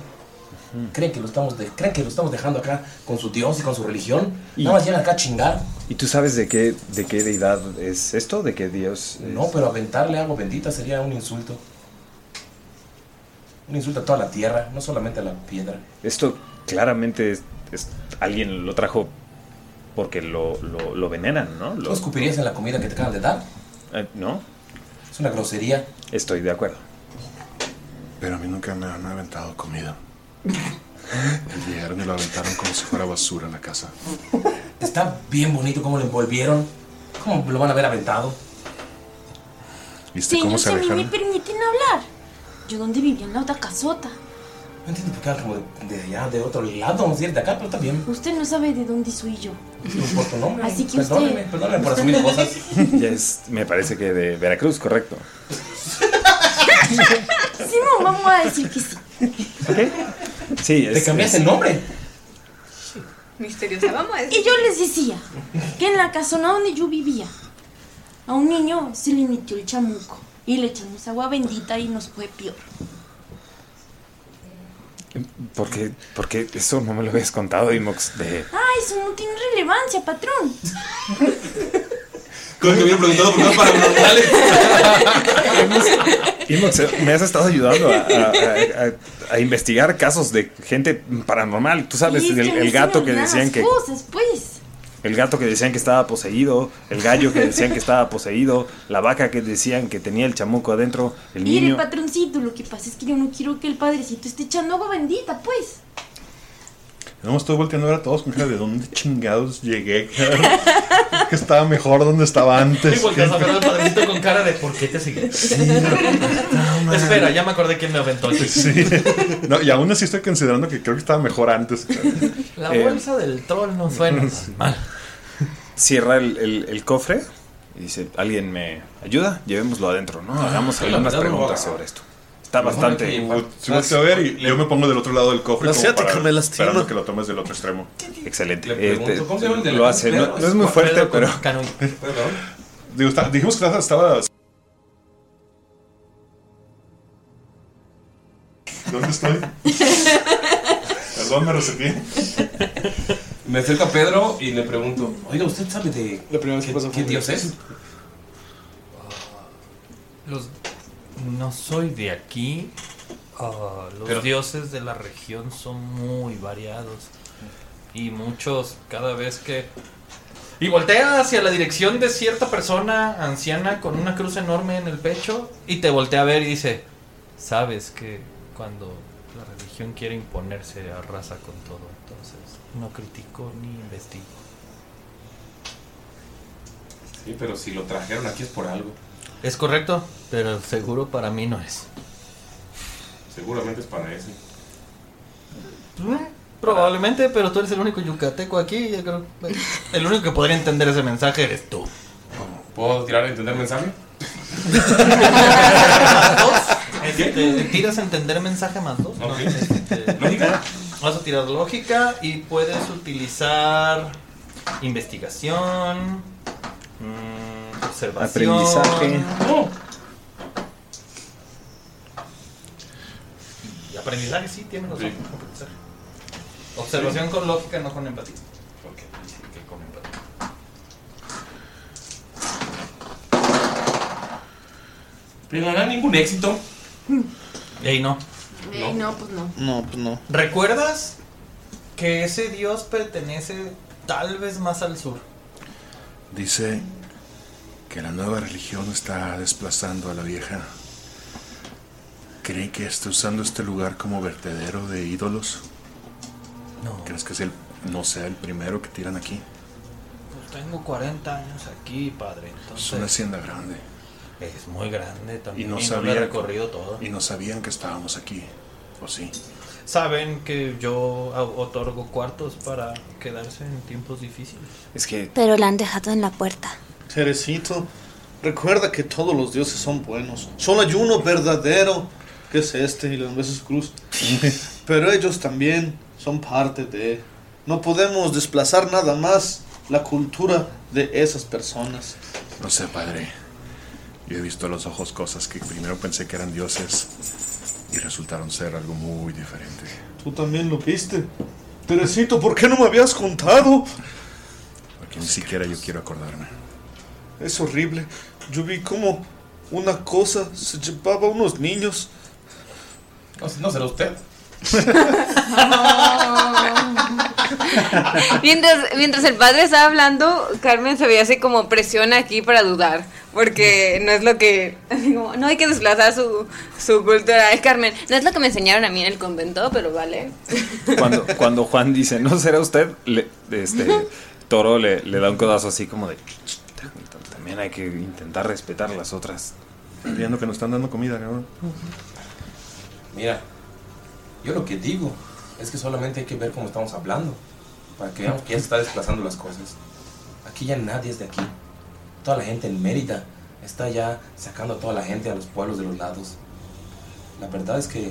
¿Creen que, lo estamos de- ¿Creen que lo estamos dejando acá con su dios y con su religión? Nada más llegan acá a chingar. ¿Y tú sabes de qué, de qué deidad es esto? ¿De qué dios? No, pero aventarle algo bendita sería un insulto. Un insulto a toda la tierra, no solamente a la piedra. Esto claramente es, es- alguien lo trajo porque lo, lo, lo venenan, ¿no? Lo, ¿Tú escupirías en la comida que te acaban de dar? Eh, no. Es una grosería. Estoy de acuerdo. Pero a mí nunca me han aventado comida. Y Llegaron y lo aventaron como si fuera basura en la casa. Está bien bonito cómo lo envolvieron. ¿Cómo lo van a haber aventado? ¿Viste Señor, cómo se si a mí me alejaron? permiten hablar. Yo donde vivía en la otra casota. No entiendo por qué hablan como de, de allá, de otro lado, vamos a ir de acá, pero está bien. Usted no sabe de dónde soy yo. Por tu nombre. Así que usted- Perdóneme, perdóneme por asumir cosas. *laughs* Ya es, me parece que de Veracruz, correcto. Simón, vamos a decir que sí. Sí, eh, es, ¿Te cambiaste el nombre? Misteriosa, vamos a decir. Y yo les decía que en la casona donde yo vivía, a un niño se le metió el chamuco. Y le echamos agua bendita y nos fue peor. Porque, porque eso no me lo habías contado, Imox, de... Ah, eso no tiene relevancia, patrón. Creo que hubiera preguntado pues, por para Imox, eh, me has estado ayudando a, a- a- a- a investigar casos de gente paranormal. Tú sabes, Y es el, me el gato hicieron que decían las que... cosas, pues. El gato que decían que estaba poseído, el gallo que decían que estaba poseído, la vaca que decían que tenía el chamuco adentro, el Mire, niño... patroncito, lo que pasa es que yo no quiero que el padrecito esté echando agua bendita, pues. No, estoy volteando a ver a todos con cara de dónde chingados llegué. cabrón? que estaba mejor donde estaba antes. *laughs* Y volteas a ver al padrecito con cara de ¿por qué te seguí? Espera, ya me acordé quién me aventó. Sí. No, y aún así estoy considerando que creo que estaba mejor *laughs* antes. La Eh, bolsa del troll no suena. Cierra el, el- el cofre y dice, ¿alguien me ayuda? Llevémoslo adentro, ¿no? Hagamos Ah, algunas la verdad, preguntas no. sobre esto. Está bastante... Se voltea a ver y yo me pongo del otro lado del cofre. La como asiática para- me lastima. Esperando que lo tomes del otro extremo. Excelente. pregunto, Este, Eh, te- ¿cómo se llama el de lo la- hace. No, Pedro? no es muy fuerte, Pedro con pero... *laughs* Digo, está- dijimos que estaba. ¿Dónde estoy? Perdón, me reseté. Me acerca Pedro y le pregunto, oiga, ¿usted sabe de qué, qué dios es? Los- no soy de aquí. Ah, los Pero- dioses de la región son muy variados. Y muchos, cada vez que. Y voltea hacia la dirección de cierta persona anciana con una cruz enorme en el pecho. Y te voltea a ver y dice: Sabes que cuando la religión quiere imponerse, arrasa con todo. Entonces, no critico ni investigo. Sí, pero si lo trajeron aquí es por algo. Es correcto, pero seguro para mí no es. Seguramente es para ese. Probablemente, pero tú eres el único yucateco aquí. yo creo. El único que podría entender ese mensaje eres tú. ¿Puedo tirar a entender mensaje? Este, tiras entender mensaje más dos. ¿no? Este, Vas a tirar lógica y puedes utilizar investigación, mm, observación, Aprendizaje. Oh. Y aprendizaje, sí, tienes razón. aprendizaje. Observación con lógica, no con empatía. Porque dije que con empatía. Pero no hay ningún éxito. Ey, no. Ey, no, pues no. No, pues no. ¿Recuerdas que ese dios pertenece tal vez más al sur? Dice que la nueva religión está desplazando a la vieja. ¿Cree que está usando este lugar como vertedero de ídolos? No. ¿Crees que es el, no sea el primero que tiran aquí? Pues tengo 40 años aquí, padre. Entonces Es una hacienda grande. Es muy grande Y también. no, lo he sabían, recorrido todo. y no sabían que estábamos aquí. ¿O sí? Saben que yo au- otorgo cuartos para quedarse en tiempos difíciles. Es que Pero la han dejado en la puerta. Cerecito, recuerda que todos los dioses son buenos. Solo hay uno verdadero, que es este, y las veces *laughs* cruz. Pero ellos también son parte de... No podemos desplazar nada más la cultura de esas personas. No sé, padre. Yo he visto a los ojos cosas que primero pensé que eran dioses y resultaron ser algo muy diferente. Tú también lo viste. Teresito, ¿por qué no me habías contado? Porque ni siquiera yo quiero acordarme. Es horrible. Yo vi como una cosa se llevaba a unos niños. No, no será usted. Mientras, mientras el padre estaba hablando, Carmen se veía así como presión aquí para dudar, porque no es lo que... así como, no hay que desplazar su, su cultura. Ay, Carmen, no es lo que me enseñaron a mí en el convento, pero vale. Cuando, cuando Juan dice, no será usted, le- este, *laughs* Toro le, le da un codazo así como de... También hay que intentar respetar las otras. Viendo que nos están dando comida, cabrón. Mira, yo lo que digo es que solamente hay que ver cómo estamos hablando. Para que veamos que ya se está desplazando las cosas. Aquí ya nadie es de aquí. Toda la gente en Mérida está ya sacando a toda la gente a los pueblos de los lados. La verdad es que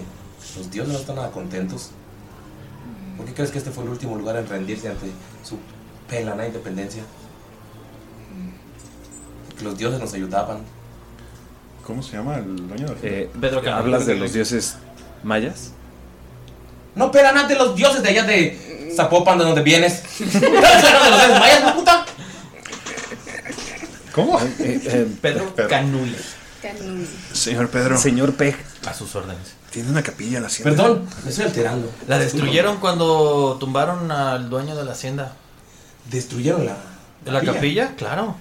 los dioses no están nada contentos. ¿Por qué crees que este fue el último lugar en rendirse ante su pelana independencia? Que los dioses nos ayudaban. ¿Cómo se llama el dueño de Eh, Pedro Calderón. ¿Hablas de los dioses mayas? No pelan ante los dioses de allá de Zapopan, de donde vienes. *laughs* ¿Estás hablando de los dioses mayas, no, puta? ¿Cómo? eh, *laughs* Pedro, Canule. Señor Pedro. Señor Pej. A sus órdenes. Tiene una capilla en la hacienda. Perdón, me estoy alterando. La destruyeron cuando tumbaron al dueño de la hacienda. ¿Destruyeron la ¿De la capilla? capilla? Claro.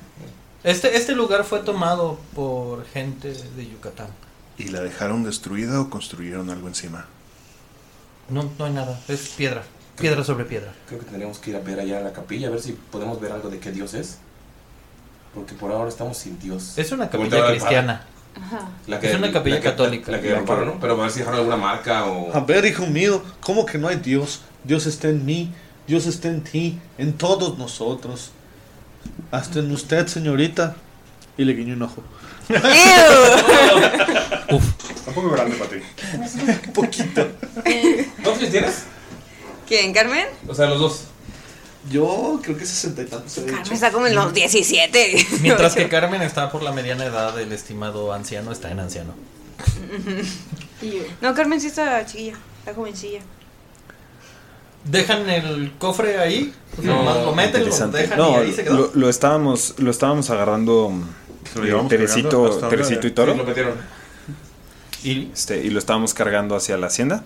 Este, este lugar fue tomado por gente de Yucatán. ¿Y la dejaron destruida o construyeron algo encima? No, no hay nada, es piedra. Piedra sobre piedra. Creo que tendríamos que ir a ver allá en la capilla, a ver si podemos ver algo de qué Dios es. Porque por ahora estamos sin Dios. Es una capilla Volteo a ver, cristiana. Ajá. Es una capilla la que- católica. La, que derrumbaron, ¿no? Pero a ver si dejaron alguna marca o. A ver, hijo mío, ¿cómo que no hay Dios? Dios está en mí, Dios está en ti, en todos nosotros. Hasta en usted, señorita. Y le guiñó un ojo. Está un poco grande para ti. Poquito. ¿Cuántos años tienes? ¿Quién, Carmen? O sea, los dos. Yo creo que 60 y tantos. he Carmen dicho. está como en los 17. Mientras *laughs* que Carmen está por la mediana edad, el estimado anciano está en anciano. *laughs* No, Carmen sí está chiquilla, está jovencilla. ¿Dejan el cofre ahí? O sea, No, más lo meten, lo interesante. dejan y No, ahí se quedó. lo, lo estábamos, lo estábamos agarrando mm, lo eh, llevamos cargando hasta Teresito, ahora, Teresito y sí, Toro. lo metieron. Y, este, y lo estábamos cargando hacia la hacienda.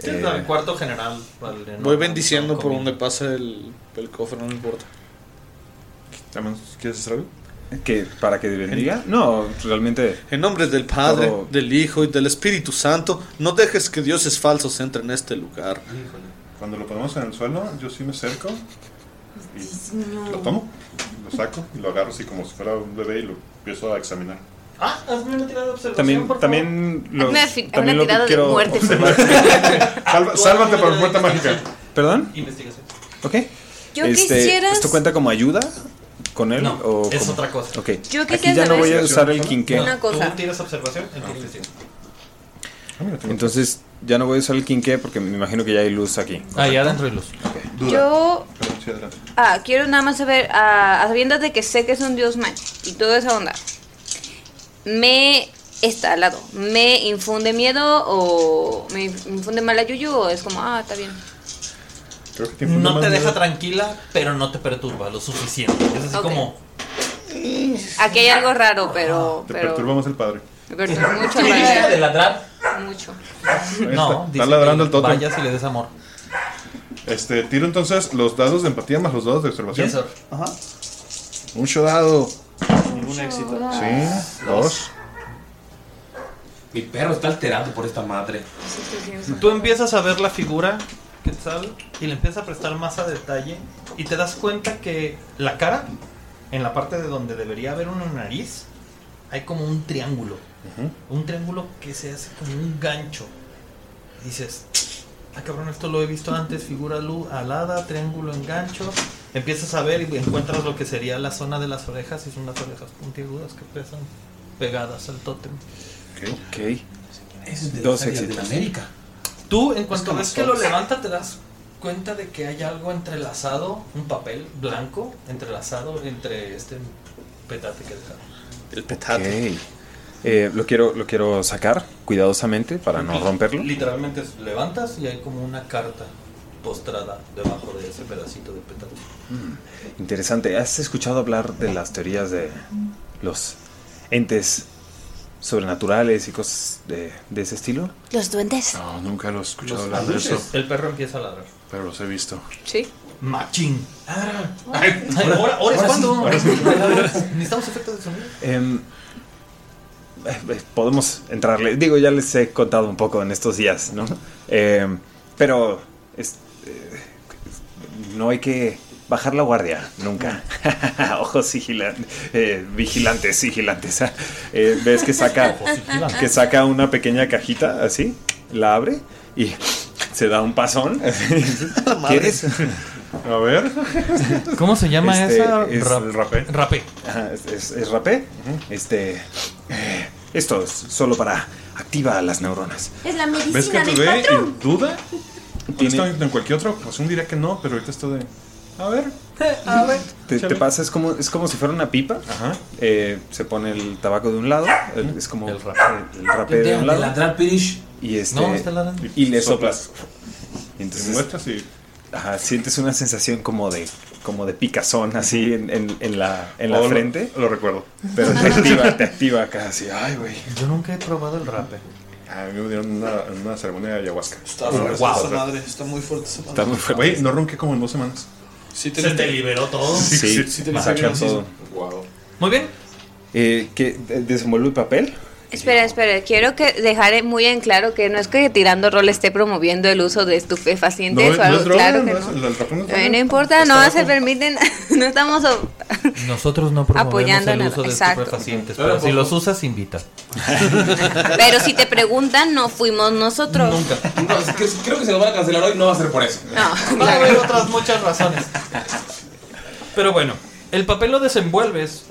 Sí, Eh, al cuarto general. al enorme. Voy bendiciendo por donde pasa el, el cofre, no me importa. ¿Quieres hacer algo? que para que bendiga. No, realmente. En nombre del Padre, Todo- del Hijo y del Espíritu Santo, no dejes que dioses falsos entren en este lugar. Cuando lo ponemos en el suelo, yo sí me acerco. Y lo tomo, lo saco y lo agarro así como si fuera un bebé y lo empiezo a examinar. Ah, hazme una tirada de observación. También, por favor. también Mm, lo, Hazme fi- una también lo que tirada de quiero muerte. *laughs* observar- Salva- sálvate por puerta mágica. ¿Perdón? Investigación. Ok. Este, Yo quisiera- ¿Esto cuenta como ayuda con él? o es como- otra cosa. Ok. Yo Aquí quisiera ya no saber- voy a usar el quinqué. Una cosa. Tú tiras observación, él tira investigación. Entonces, ya no voy a usar el quinqué porque me imagino que ya hay luz aquí. Ah, ya adentro hay luz. Yo ah, quiero nada más saber, ah, a sabiendas de que sé que es un dios mal y toda esa onda, ¿me está al lado? ¿Me infunde miedo o me infunde mala yuyu o es como, ah, está bien? No te deja tranquila, pero no te perturba lo suficiente. Es así Ok. como. Aquí hay algo raro, pero... Te pero perturbamos el padre. me perturba mucho. ¿Qué la- de ladrar? mucho. No, dice ladrando que el tótem. vayas y le des amor. Este, tiro entonces los dados de empatía más los dados de observación. Yes, sir. Ajá. Mucho dado. Ningún éxito. Sí, dos. Mi perro está alterado por esta madre. Tú empiezas a ver la figura, Quetzal, y le empiezas a prestar más a detalle y te das cuenta que la cara, en la parte de donde debería haber una nariz, hay como un triángulo. Un triángulo que se hace como un gancho. Dices, ah cabrón, esto lo he visto antes, figura luz, alada, triángulo en gancho. Empiezas a ver y encuentras lo que sería la zona de las orejas y son las orejas puntiagudas que pesan pegadas al tótem. Es de Dos las áreas de éxitos. la América. Tú, en cuanto Es ves que lo levanta, te das cuenta de que hay algo entrelazado, un papel blanco entrelazado entre este petate que dejaron. El petate. lo, quiero, lo quiero sacar cuidadosamente para no romperlo. Literalmente levantas y hay como una carta postrada debajo de ese pedacito de petate. Interesante. ¿Has escuchado hablar de las teorías de los entes sobrenaturales y cosas de, de ese estilo? Los duendes. No, nunca lo he escuchado hablar de eso. El perro empieza a ladrar. Pero los he *laughs* visto. Sí. Machín. Ladra. Ay, ahora, ahora es Ahora sí, cuando. ahora *laughs* sí. Necesitamos efectos de sonido. Em, eh, eh, podemos entrarle. Digo, ya les he contado un poco en estos días, ¿no? Em, pero es- eh, no hay que bajar la guardia, nunca. *laughs* Ojos sigila- eh, vigilantes, vigilantes. ah. Eh, ¿Ves que saca, Ojos vigilantes. que saca una pequeña cajita así? La abre y se da un pasón. *laughs* ¿Quieres? A ver. ¿Cómo se llama este, esa? Rap- rapé. Rapé. es, es- es rapé. Este. eh, esto es solo para. Activa las neuronas. Es la ¿Ves que medicina te del ve patrón. y duda? Honestamente, en cualquier otra ocasión diría que no, pero ahorita esto de. A ver. A ver. Te, te pasa, es como, es como si fuera una pipa. Eh, se pone el tabaco de un lado. el- es como. El rapé. El, rapé de Deja un de lado. ladrar, Pirish. Y este. No, no está ladrando. Y le Soplas. soplas. Y entonces. muestras y. Ajá, sientes una sensación como de. Como de picazón así en, en- en la, en la Oh, lo- frente. Lo, recuerdo. Ah, Pero *laughs* te activa, te activa casi. Ay, güey. Yo nunca he probado el rapé. A mí Ah, me dieron una, en una ceremonia de ayahuasca. Está Bueno, fuerte guau. esa madre, está muy fuerte esa madre. Güey, no ronqué como en dos semanas. Sí Se te liberó todo. Sí, Sí, sí, sí te baja liberó todo. Wow. Muy bien. Eh, ¿qué, de- ¿Desenvuelve el papel? Espera, espera, quiero que dejar muy en claro que no es que tirando rol esté promoviendo el uso de No, estupefacientes es- o no algo, es droga, claro que no no. es- el- el rapé no es droga. Eh, no importa, no se permiten, *laughs* no estamos... o- Nosotros no promovemos Apoyando el nada, uso de exacto. estupefacientes, pero si los usas, invita. *laughs* Pero si te preguntan, no fuimos nosotros. No, es que- creo que se nos van a cancelar hoy, no va a ser por eso. Va a haber otras muchas razones. Pero bueno, el papel lo desenvuelves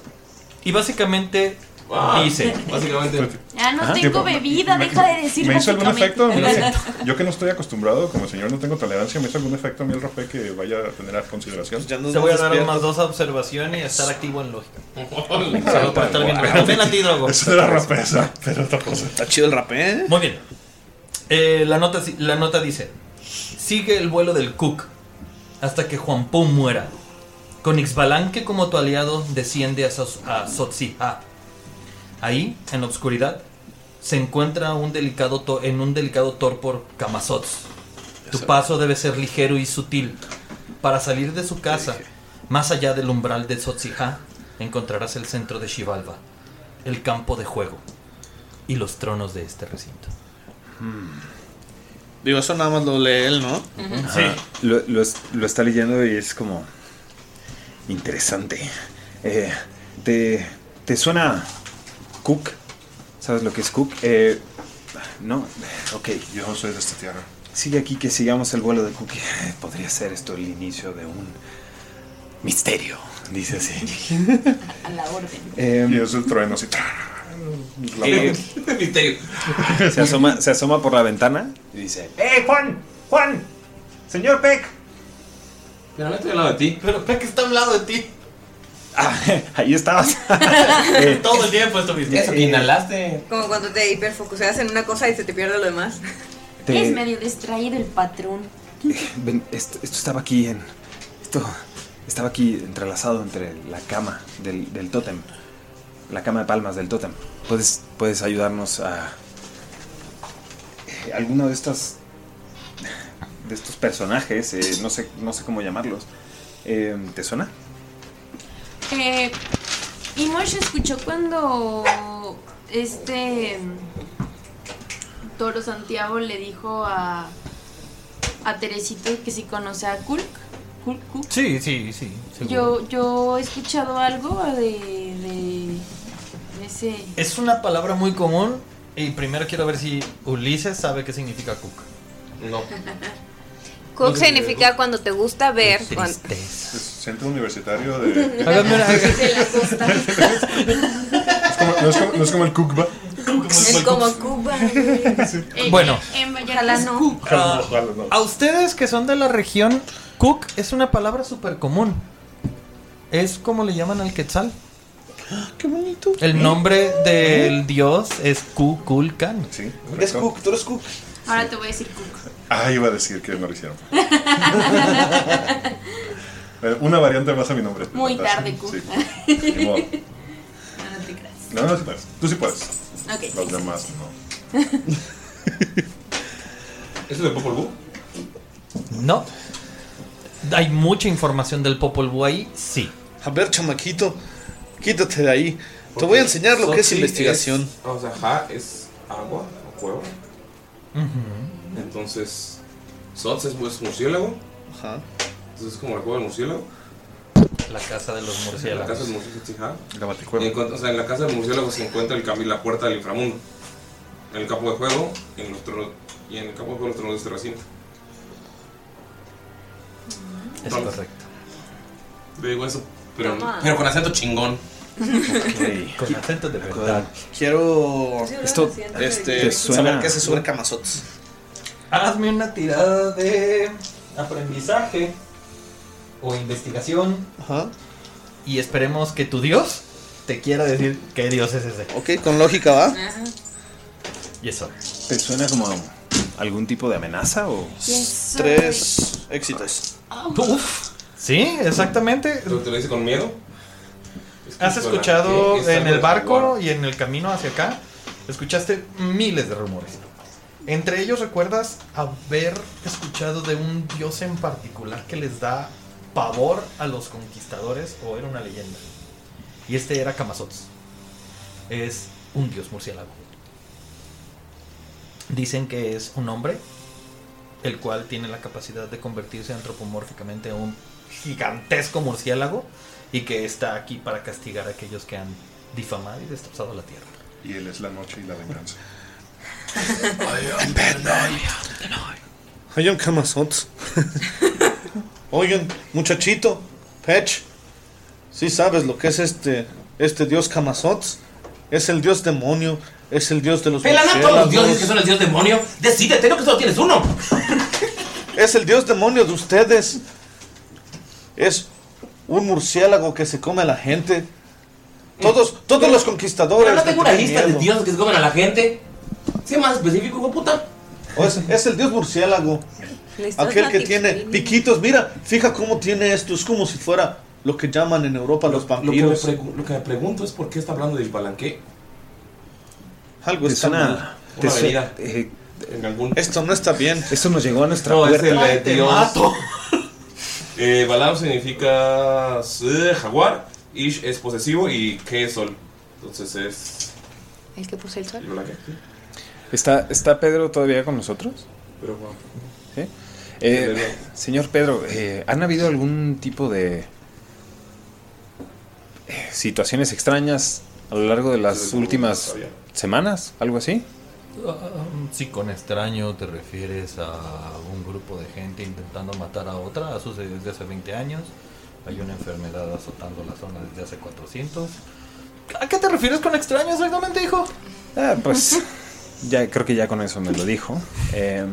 y básicamente Ah, dice. Básicamente. Ya no Ajá. tengo Tipo, bebida, deja de decir Ah, ¿Me hizo algún efecto? básicamente. Yo que no estoy acostumbrado, como el señor no tengo tolerancia, ¿me hizo algún efecto a mí el rapé que vaya a tener a pues, consideración? Te voy a dar un más dos a observación y a estar activo en lógica. Ah, Para estar bien. guau. También a ti, Drogo. Eso era rapé, esa, *laughs* pero otra cosa. Está chido el rapé, ¿eh? Muy bien. Eh, la, nota, si- la nota dice: Sigue el vuelo del Cook hasta que Juan Po muera. Con Ixbalán, que como tu aliado desciende a, Sos- a Sotzija. Ahí, en la oscuridad, se encuentra un delicado to- en un delicado torpor Camazotz. Tu paso debe ser ligero y sutil. Para salir de su casa, más allá del umbral de Sotzija, encontrarás el centro de Xibalba, el campo de juego y los tronos de este recinto. Digo, eso nada más lo lee él, ¿no? Ajá. Lo, lo es- lo está leyendo y es como interesante. Eh, ¿te, ¿Te suena Cook? ¿Sabes lo que es Cook? Eh, no, ok. Yo no soy de esta tierra. Sigue aquí que sigamos el vuelo de Cook. Eh, Podría ser esto el inicio de un misterio, dice así. A la orden. Em, y es el trueno así. Eh, *laughs* Misterio. se, asoma, se asoma por la ventana y dice... ¡Eh, Juan! ¡Juan! ¡Señor Peck! Pero no estoy al lado de ti. Pero Peck está al lado de ti. Ahí estabas. Todo el tiempo estuviste. Eso que inhalaste. Como cuando te hiperfocuseas en una cosa y se te pierde lo demás. Te- Es medio distraído el patrón. *laughs* Ven, esto, esto estaba aquí en. Esto estaba aquí entrelazado entre la cama del, del tótem. La cama de palmas del tótem. Puedes, puedes ayudarnos a. eh, alguno de estas de estos personajes, eh, no sé no sé cómo llamarlos. Eh, ¿Te suena? Eh, Imosh escuchó cuando este mm, Toro Santiago le dijo a, a Teresito que si conoce a Kulk. Kulk, Kulk. Sí, sí, sí. seguro. Yo, yo he escuchado algo de, de, de ese. Es una palabra muy común y primero quiero ver si Ulises sabe qué significa cook. No. Cook No sé, significa cuando te gusta ver. cuando- Es Centro Universitario de. Hágame una- De la costa. Es como- no, es como, no es como el Kukba. Es como Cuba. Bueno. ah, En Ojalá no. Ojalá, ojalá, no. A ustedes que son de la región, cook es una palabra súper común. Es como le llaman al quetzal. ¡Qué bonito! El nombre del dios es Kukulkan. Sí. Es Cook, tú eres Cook. Ahora te voy a decir Cook. Ah, iba a decir que no lo hicieron. *laughs* Eh, Una variante más a mi nombre. Muy tarde, Cook. Sí. Ni no, modo. no te creas. No, no, sí puedes. Tú sí puedes. Ok. Los demás no. ¿Eso de Popol Vuh? No. Hay mucha información del Popol Vuh ahí, sí. A ver, chamaquito, quítate de ahí. Te voy a enseñar lo que es Xochitl investigación. es- o sea, ja es agua o cueva. Ujú. Entonces, Sots es, pues, es murciélago. Ajá. Entonces es como la cueva del murciélago. La casa de los La murciélagos. casa del murciélago, sí, ajá. La baticueva. Y encont- o sea, en la casa del murciélago se encuentra el cami- la puerta del inframundo. En el campo de juego y en, los trono- y en el campo de juego los tronos de este Terracina. Es correcto. Le digo eso, pero, Toma. pero con acento chingón. Con acento de verdad. Quiero Esto- este, ¿Te suena? saber qué hace sobre Camazots. Hazme una tirada de aprendizaje o investigación. Y esperemos que tu dios te quiera decir qué dios es ese. Ok, con lógica va. Y eso. ¿Te suena como algún tipo de amenaza o Yes, sir. Tres éxitos. Uf. Sí, exactamente. ¿Tú te lo dices con miedo? ¿Has Escucho escuchado la- ¿Qué? en Esta el cosa, barco guau. y en el camino hacia acá? Escuchaste miles de rumores. Entre ellos recuerdas haber escuchado de un dios en particular que les da pavor a los conquistadores o era una leyenda. Y este era Kamazots. Es un dios murciélago. Dicen que es un hombre el cual tiene la capacidad de convertirse antropomórficamente en un gigantesco murciélago y que está aquí para castigar a aquellos que han difamado y destrozado la tierra. Y él es la noche y la venganza. Oigan, Camazots. *laughs* Oigan, muchachito, Pech. ¿Sí sabes lo que es este, este dios Camazots? Es el dios demonio, es el dios de los Pelando a todos los dioses que son el murciélagos. dios demonio. Decídete, no que solo tienes uno. Es el dios demonio de ustedes. Es un murciélago que se come a la gente. Todos, todos los conquistadores. Pero no tengo una tienen lista de miedo. dioses que se comen a la gente. Sé más específico, hijo de puta. O Es, es el dios murciélago. Aquel que tiene piquitos. Mira, fija cómo tiene esto. Es como si fuera lo que llaman en Europa los Lo que, me vampiros. pregu- lo que me pregunto es por qué está hablando del palanqué. Algo te está suena? mal. te Una su- avenida. eh, Esto no está bien. Esto nos llegó a nuestra No, es puerta. el eh, dios. *laughs* Eh, Balaam significa eh, jaguar. Ish es posesivo y que es sol. Entonces es. El que puse el el sol. palanqué. ¿Está, ¿Está Pedro todavía con nosotros? Pero bueno. ¿Sí? Eh, señor Pedro, eh, ¿han habido algún tipo de eh, situaciones extrañas a lo largo de las últimas semanas? ¿Algo así? Um, Si con extraño te refieres a un grupo de gente intentando matar a otra, ha sucedido desde hace 20 años. Hay una enfermedad azotando la zona desde hace 400. ¿A qué te refieres con extraño exactamente, hijo? Ah, pues ya creo que ya con eso me lo dijo. Eh,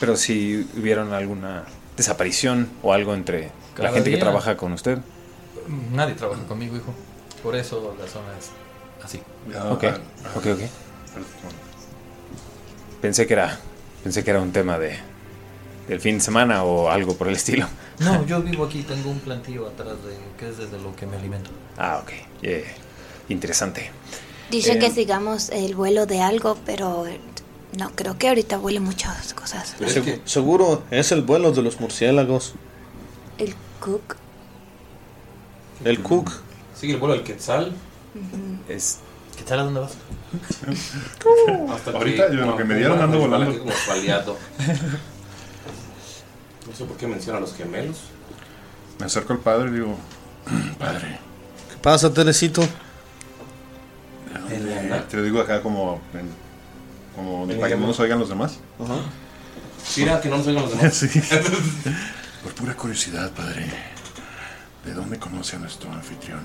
pero si hubieron alguna desaparición o algo entre Cada la gente día. que trabaja con usted. Nadie trabaja conmigo, hijo. Por eso la zona es así. ok, ok, ok. Pensé que era, pensé que era un tema de del fin de semana o algo por el estilo. No, yo vivo aquí, tengo un plantío atrás de que es desde lo que me alimento. Ah, ok. yeah, Interesante. Dice Eh, que sigamos el vuelo de algo, pero No, creo que ahorita huele muchas cosas. Segu- Seguro es el vuelo de los murciélagos. El cook. El cook. Sigue el vuelo del Quetzal. Ujú. Es... ¿Quetzal a dónde vas? Hasta Ahorita, yo, lo que me dieron, ando como- volando. Como *laughs* paliado. No sé por qué menciona a los gemelos. Me acerco al padre y digo, *clears throat* padre. ¿Qué pasa, Teresito? Te lo digo acá como, en- como En para que el- no nos oigan los *laughs* demás. Ajá. Mira, que no nos oigan *laughs* los demás. Sí. Por pura curiosidad, padre, ¿de dónde conoce a nuestro anfitrión?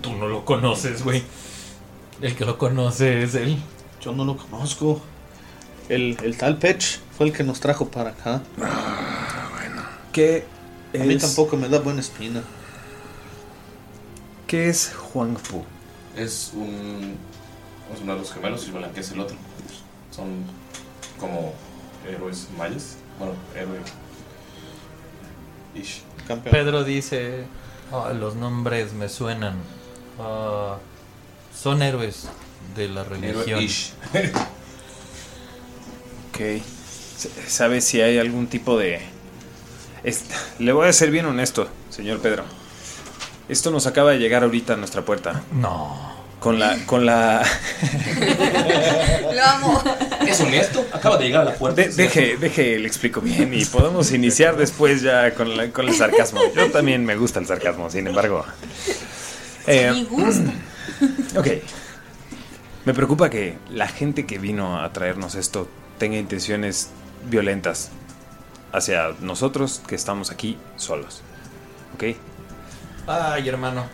Tú no lo conoces, güey. El que lo conoce es él. Yo no lo conozco. El, el tal Pech fue el que nos trajo para acá. ¿Qué A mí es- tampoco me da buena espina. ¿Qué es Huang Fu? Es un. Es uno de los gemelos y Blanque es el otro. Son como héroes mayas. Bueno, héroe. Ish. Pedro dice, "Ah, los nombres me suenan. Ah, son héroes de la religión. ish. *laughs* Ok. S- ¿Sabe si hay algún tipo de... Es- Le voy a ser bien honesto, señor Pedro. Esto nos acaba de llegar ahorita a nuestra puerta. No. Con la... Con la... *laughs* Lo amo. Es honesto, acaba de llegar a la puerta. De- deje, deje, le explico bien y podemos iniciar después ya con, la- con el sarcasmo. Yo también me gusta el sarcasmo, sin embargo. Eh, Me gusta. *clears throat* Ok. Me preocupa que la gente que vino a traernos esto tenga intenciones violentas hacia nosotros que estamos aquí solos. ¿Ok? Ay, hermano,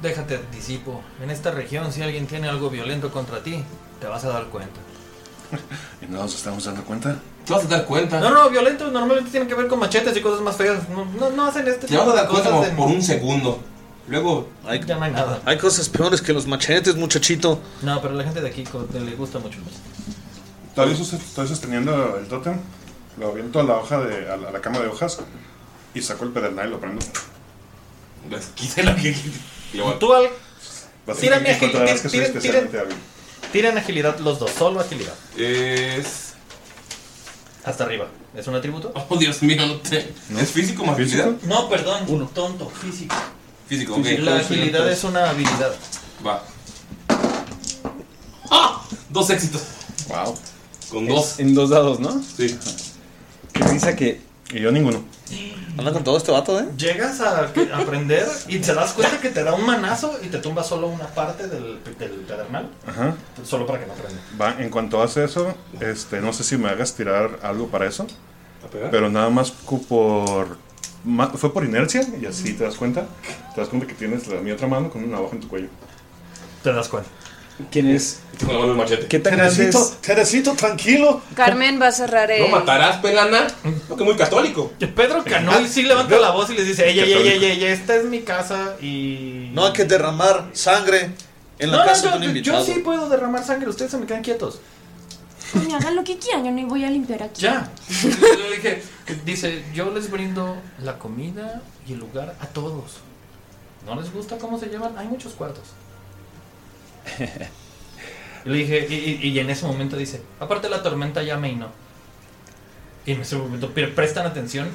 déjate disipo. En esta región, si alguien tiene algo violento contra ti, te vas a dar cuenta. ¿Y no nos estamos dando cuenta? Te vas a dar cuenta. No, no, violentos normalmente tienen que ver con machetes y cosas más feas. No, no, no hacen este Te vas a dar cosas cuenta como de- por un segundo. Luego. Hay, Ya no hay nada. hay cosas peores que los machetes, muchachito. No, pero la gente de aquí co- le gusta mucho más. Todavía sus- estoy sosteniendo el tótem, lo aviento a la hoja de, a la, a la cama de hojas y saco el pedernal y lo prendo. Quise pues, lo que Tú al... Vas a Tira mi encontrar agilidad. que soy tira- especialmente tira- hábil. Tiran agilidad los dos, solo agilidad. Es. Hasta arriba. ¿Es un atributo? Oh, Dios mío, no te. ¿Es físico más ¿Físico? habilidad? No, perdón. Uno. Tonto, físico. Físico, ok. La agilidad es una habilidad. Va. ¡Ah! Dos éxitos. Wow. Con dos. En dos dados, ¿no? Sí. Que piensa que. Y yo ninguno. Anda con todo este vato, ¿eh? Llegas a a aprender y te das cuenta que te da un manazo y te tumba solo una parte del, del pedernal. Ajá. Solo para que no aprenda. Va, en cuanto hace eso, este, no sé si me hagas tirar algo para eso. ¿A pegar? Pero nada más cu- por. ma- fue por inercia y así te das cuenta. Te das cuenta que tienes la, mi otra mano con una navaja en tu cuello. Te das cuenta. ¿Quién es? Tengo la mano del machete. ¿Qué tan grande Teresito, es? Teresito, tranquilo. Carmen va a cerrar el. ¿No matarás, pelana? Mm. No, que muy católico. Pedro Canoy sí levanta la voz y les dice, ey, ey, ey, ey, ey, esta es mi casa y... No hay que derramar sangre en la No, no, casa de yo- un yo invitado. sí puedo derramar sangre, ustedes se me quedan quietos. Coño, hagan lo que quieran, yo no voy a limpiar aquí. Ya. *laughs* Yo dije, dice, yo les brindo la comida y el lugar a todos. ¿No les gusta cómo se llevan? Hay muchos cuartos. Y Le dije, y, y- y en ese momento dice, aparte la tormenta ya me no. Y en ese momento pre- prestan atención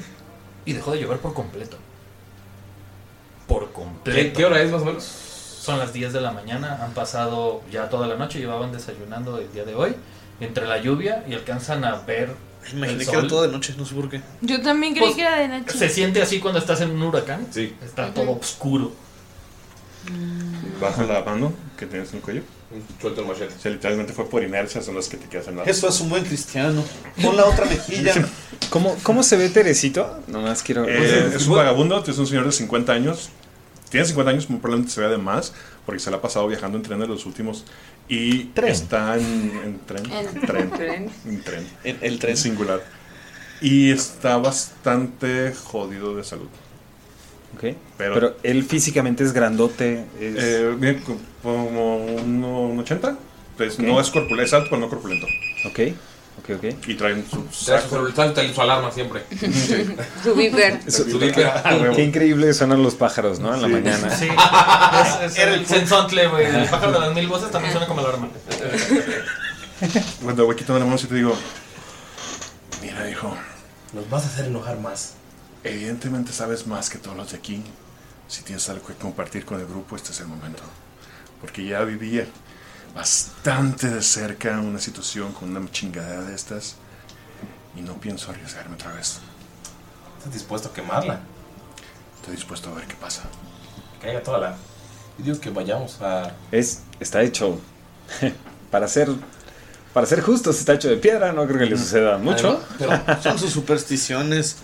y dejó de llover por completo. Por completo. ¿Qué- qué hora es, más o menos? Son las 10 de la mañana, han pasado ya toda la noche, llevaban desayunando el día de hoy. Entre la lluvia y alcanzan a ver. Imaginé el que era sol. todo de noche, no sé por qué. Yo también Pues, creí que era de Nacho. Se siente así cuando estás en un huracán. Sí. Está todo oscuro. Baja la mano que tienes en el cuello. Suelto el machete. O sea, literalmente fue por inercia, son las que te quedas en la. Eso es un buen cristiano. Con la otra mejilla. ¿Cómo, ¿Cómo se ve Teresito? Nomás quiero. Eh, es un vagabundo, es un señor de 50 años. Tiene 50 años, muy probablemente se vea de más, porque se la ha pasado viajando en tren de los últimos. Y está en, en tren. En tren. tren. En tren. el tren. Singular. Y está bastante jodido de salud. Ok. Pero- Pero, él físicamente es grandote. es- Eh, mide co- como uno- un 80. Pues Ok. no es corpulento, es alto, pero no corpulento. Ok, ok, ok. Y traen su Trae saco. su, celu- trae su alarma siempre. Su *laughs* viper. Su- Su viper. *laughs* Qué increíble sonan los pájaros, ¿no? En la mañana. Sí. Ah, Es, es el sensontle, güey. El pájaro de las mil voces también suena como alarma. Cuando voy quitando las manos y te digo, Mira, hijo. Nos vas a hacer enojar más. Evidentemente sabes más que todos los de aquí. Si tienes algo que compartir con el grupo, este es el momento. Porque ya vivía bastante de cerca una situación con una chingadera de estas. Y no pienso arriesgarme otra vez. ¿Estás dispuesto a quemarla? Estoy dispuesto a ver qué pasa. Que haya toda la. Yo digo que vayamos a. Es, está hecho. *laughs* para ser. Para ser justos, está hecho de piedra, no creo Mm. que le suceda mucho. Además, pero son sus supersticiones.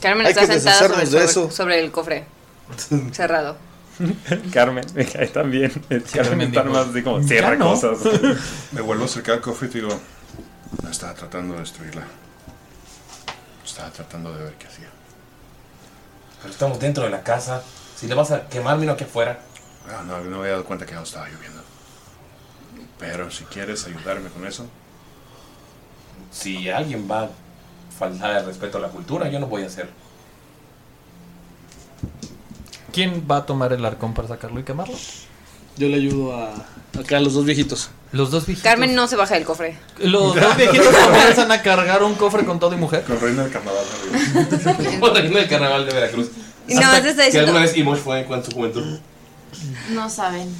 Carmen Hay está que sentada sobre, deshacernos de sobre- eso. sobre el cofre. Cerrado. Carmen, me cae tan bien. Carmen está más así como cierra cosas. Me vuelvo a acercar al cofre y te digo, no estaba tratando de destruirla. Estaba tratando de ver qué hacía. Pero estamos dentro de la casa. Si le vas a quemar, vino aquí afuera. Ah, no, no me había dado cuenta que no estaba lloviendo. Pero si quieres ayudarme con eso, Si alguien va a faltar el respeto a la cultura, yo no voy a hacer. ¿Quién va a tomar el arcón para sacarlo y quemarlo? Yo le ayudo a. Acá, los dos viejitos. Los dos viejitos. Carmen no se baja del cofre. *laughs* Los dos viejitos comienzan a cargar un cofre con todo y mujer. Con reina del carnaval Como reino del carnaval de Veracruz. Y nada Hasta más te está que diciendo- alguna vez Imosh fue en su juventud. No *laughs* saben.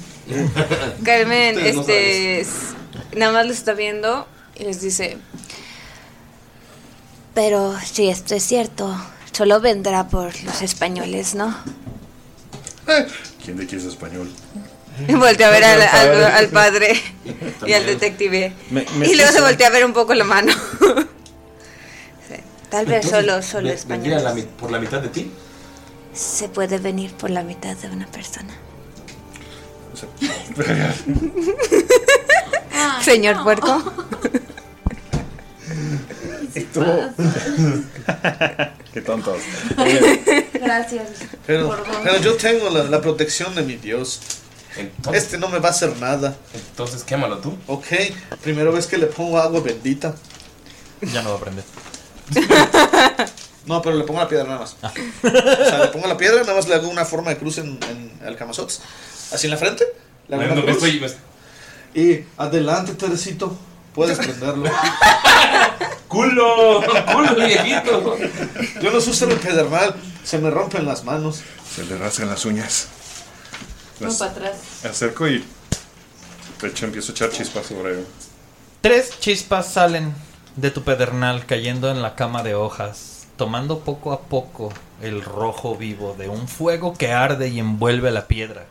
Carmen, Ustedes no este. s- nada más les está viendo y les dice: Pero si esto es cierto, solo vendrá por los españoles, ¿no? ¿quién de aquí es español? Voltea a ver al, al- al padre y También. al detective. Me- me y luego se escucha. voltea a ver un poco la mano. Sí, Tal vez Entonces, solo, solo ve- vendría españoles. la mi- por la mitad de ti. Se puede venir por la mitad de una persona. Señor puerco. Qué tontos. Gracias. Pero, Por dos. pero yo tengo la, la protección de mi Dios. este no me va a hacer nada. Entonces quémalo tú. Ok, primero ves que le pongo agua bendita. Ya no va a prender. *laughs* No, pero le pongo la piedra nada Ah. más. O sea, le pongo la piedra, nada más le hago una forma de cruz en, en el Camazotz. Así en la frente. le hago No, una no, me cruz. estoy- me- Y adelante, Teresito. Puedes prenderlo. ¡Culo! *laughs* ¡Culo, viejito! Yo los uso en el pedernal. Se me rompen las manos. Se le rasgan las uñas. No, para atrás. Me acerco y de hecho empiezo a echar chispas sobre él. Tres chispas salen de tu pedernal cayendo en la cama de hojas, tomando poco a poco el rojo vivo de un fuego que arde y envuelve la piedra.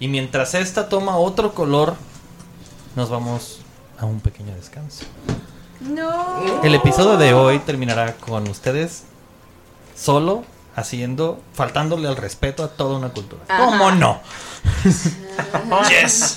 Y mientras esta toma otro color, nos vamos a un pequeño descanso. No. El episodio de hoy terminará con ustedes solo haciendo, faltándole al respeto a toda una cultura. Ajá. ¿Cómo no? yes.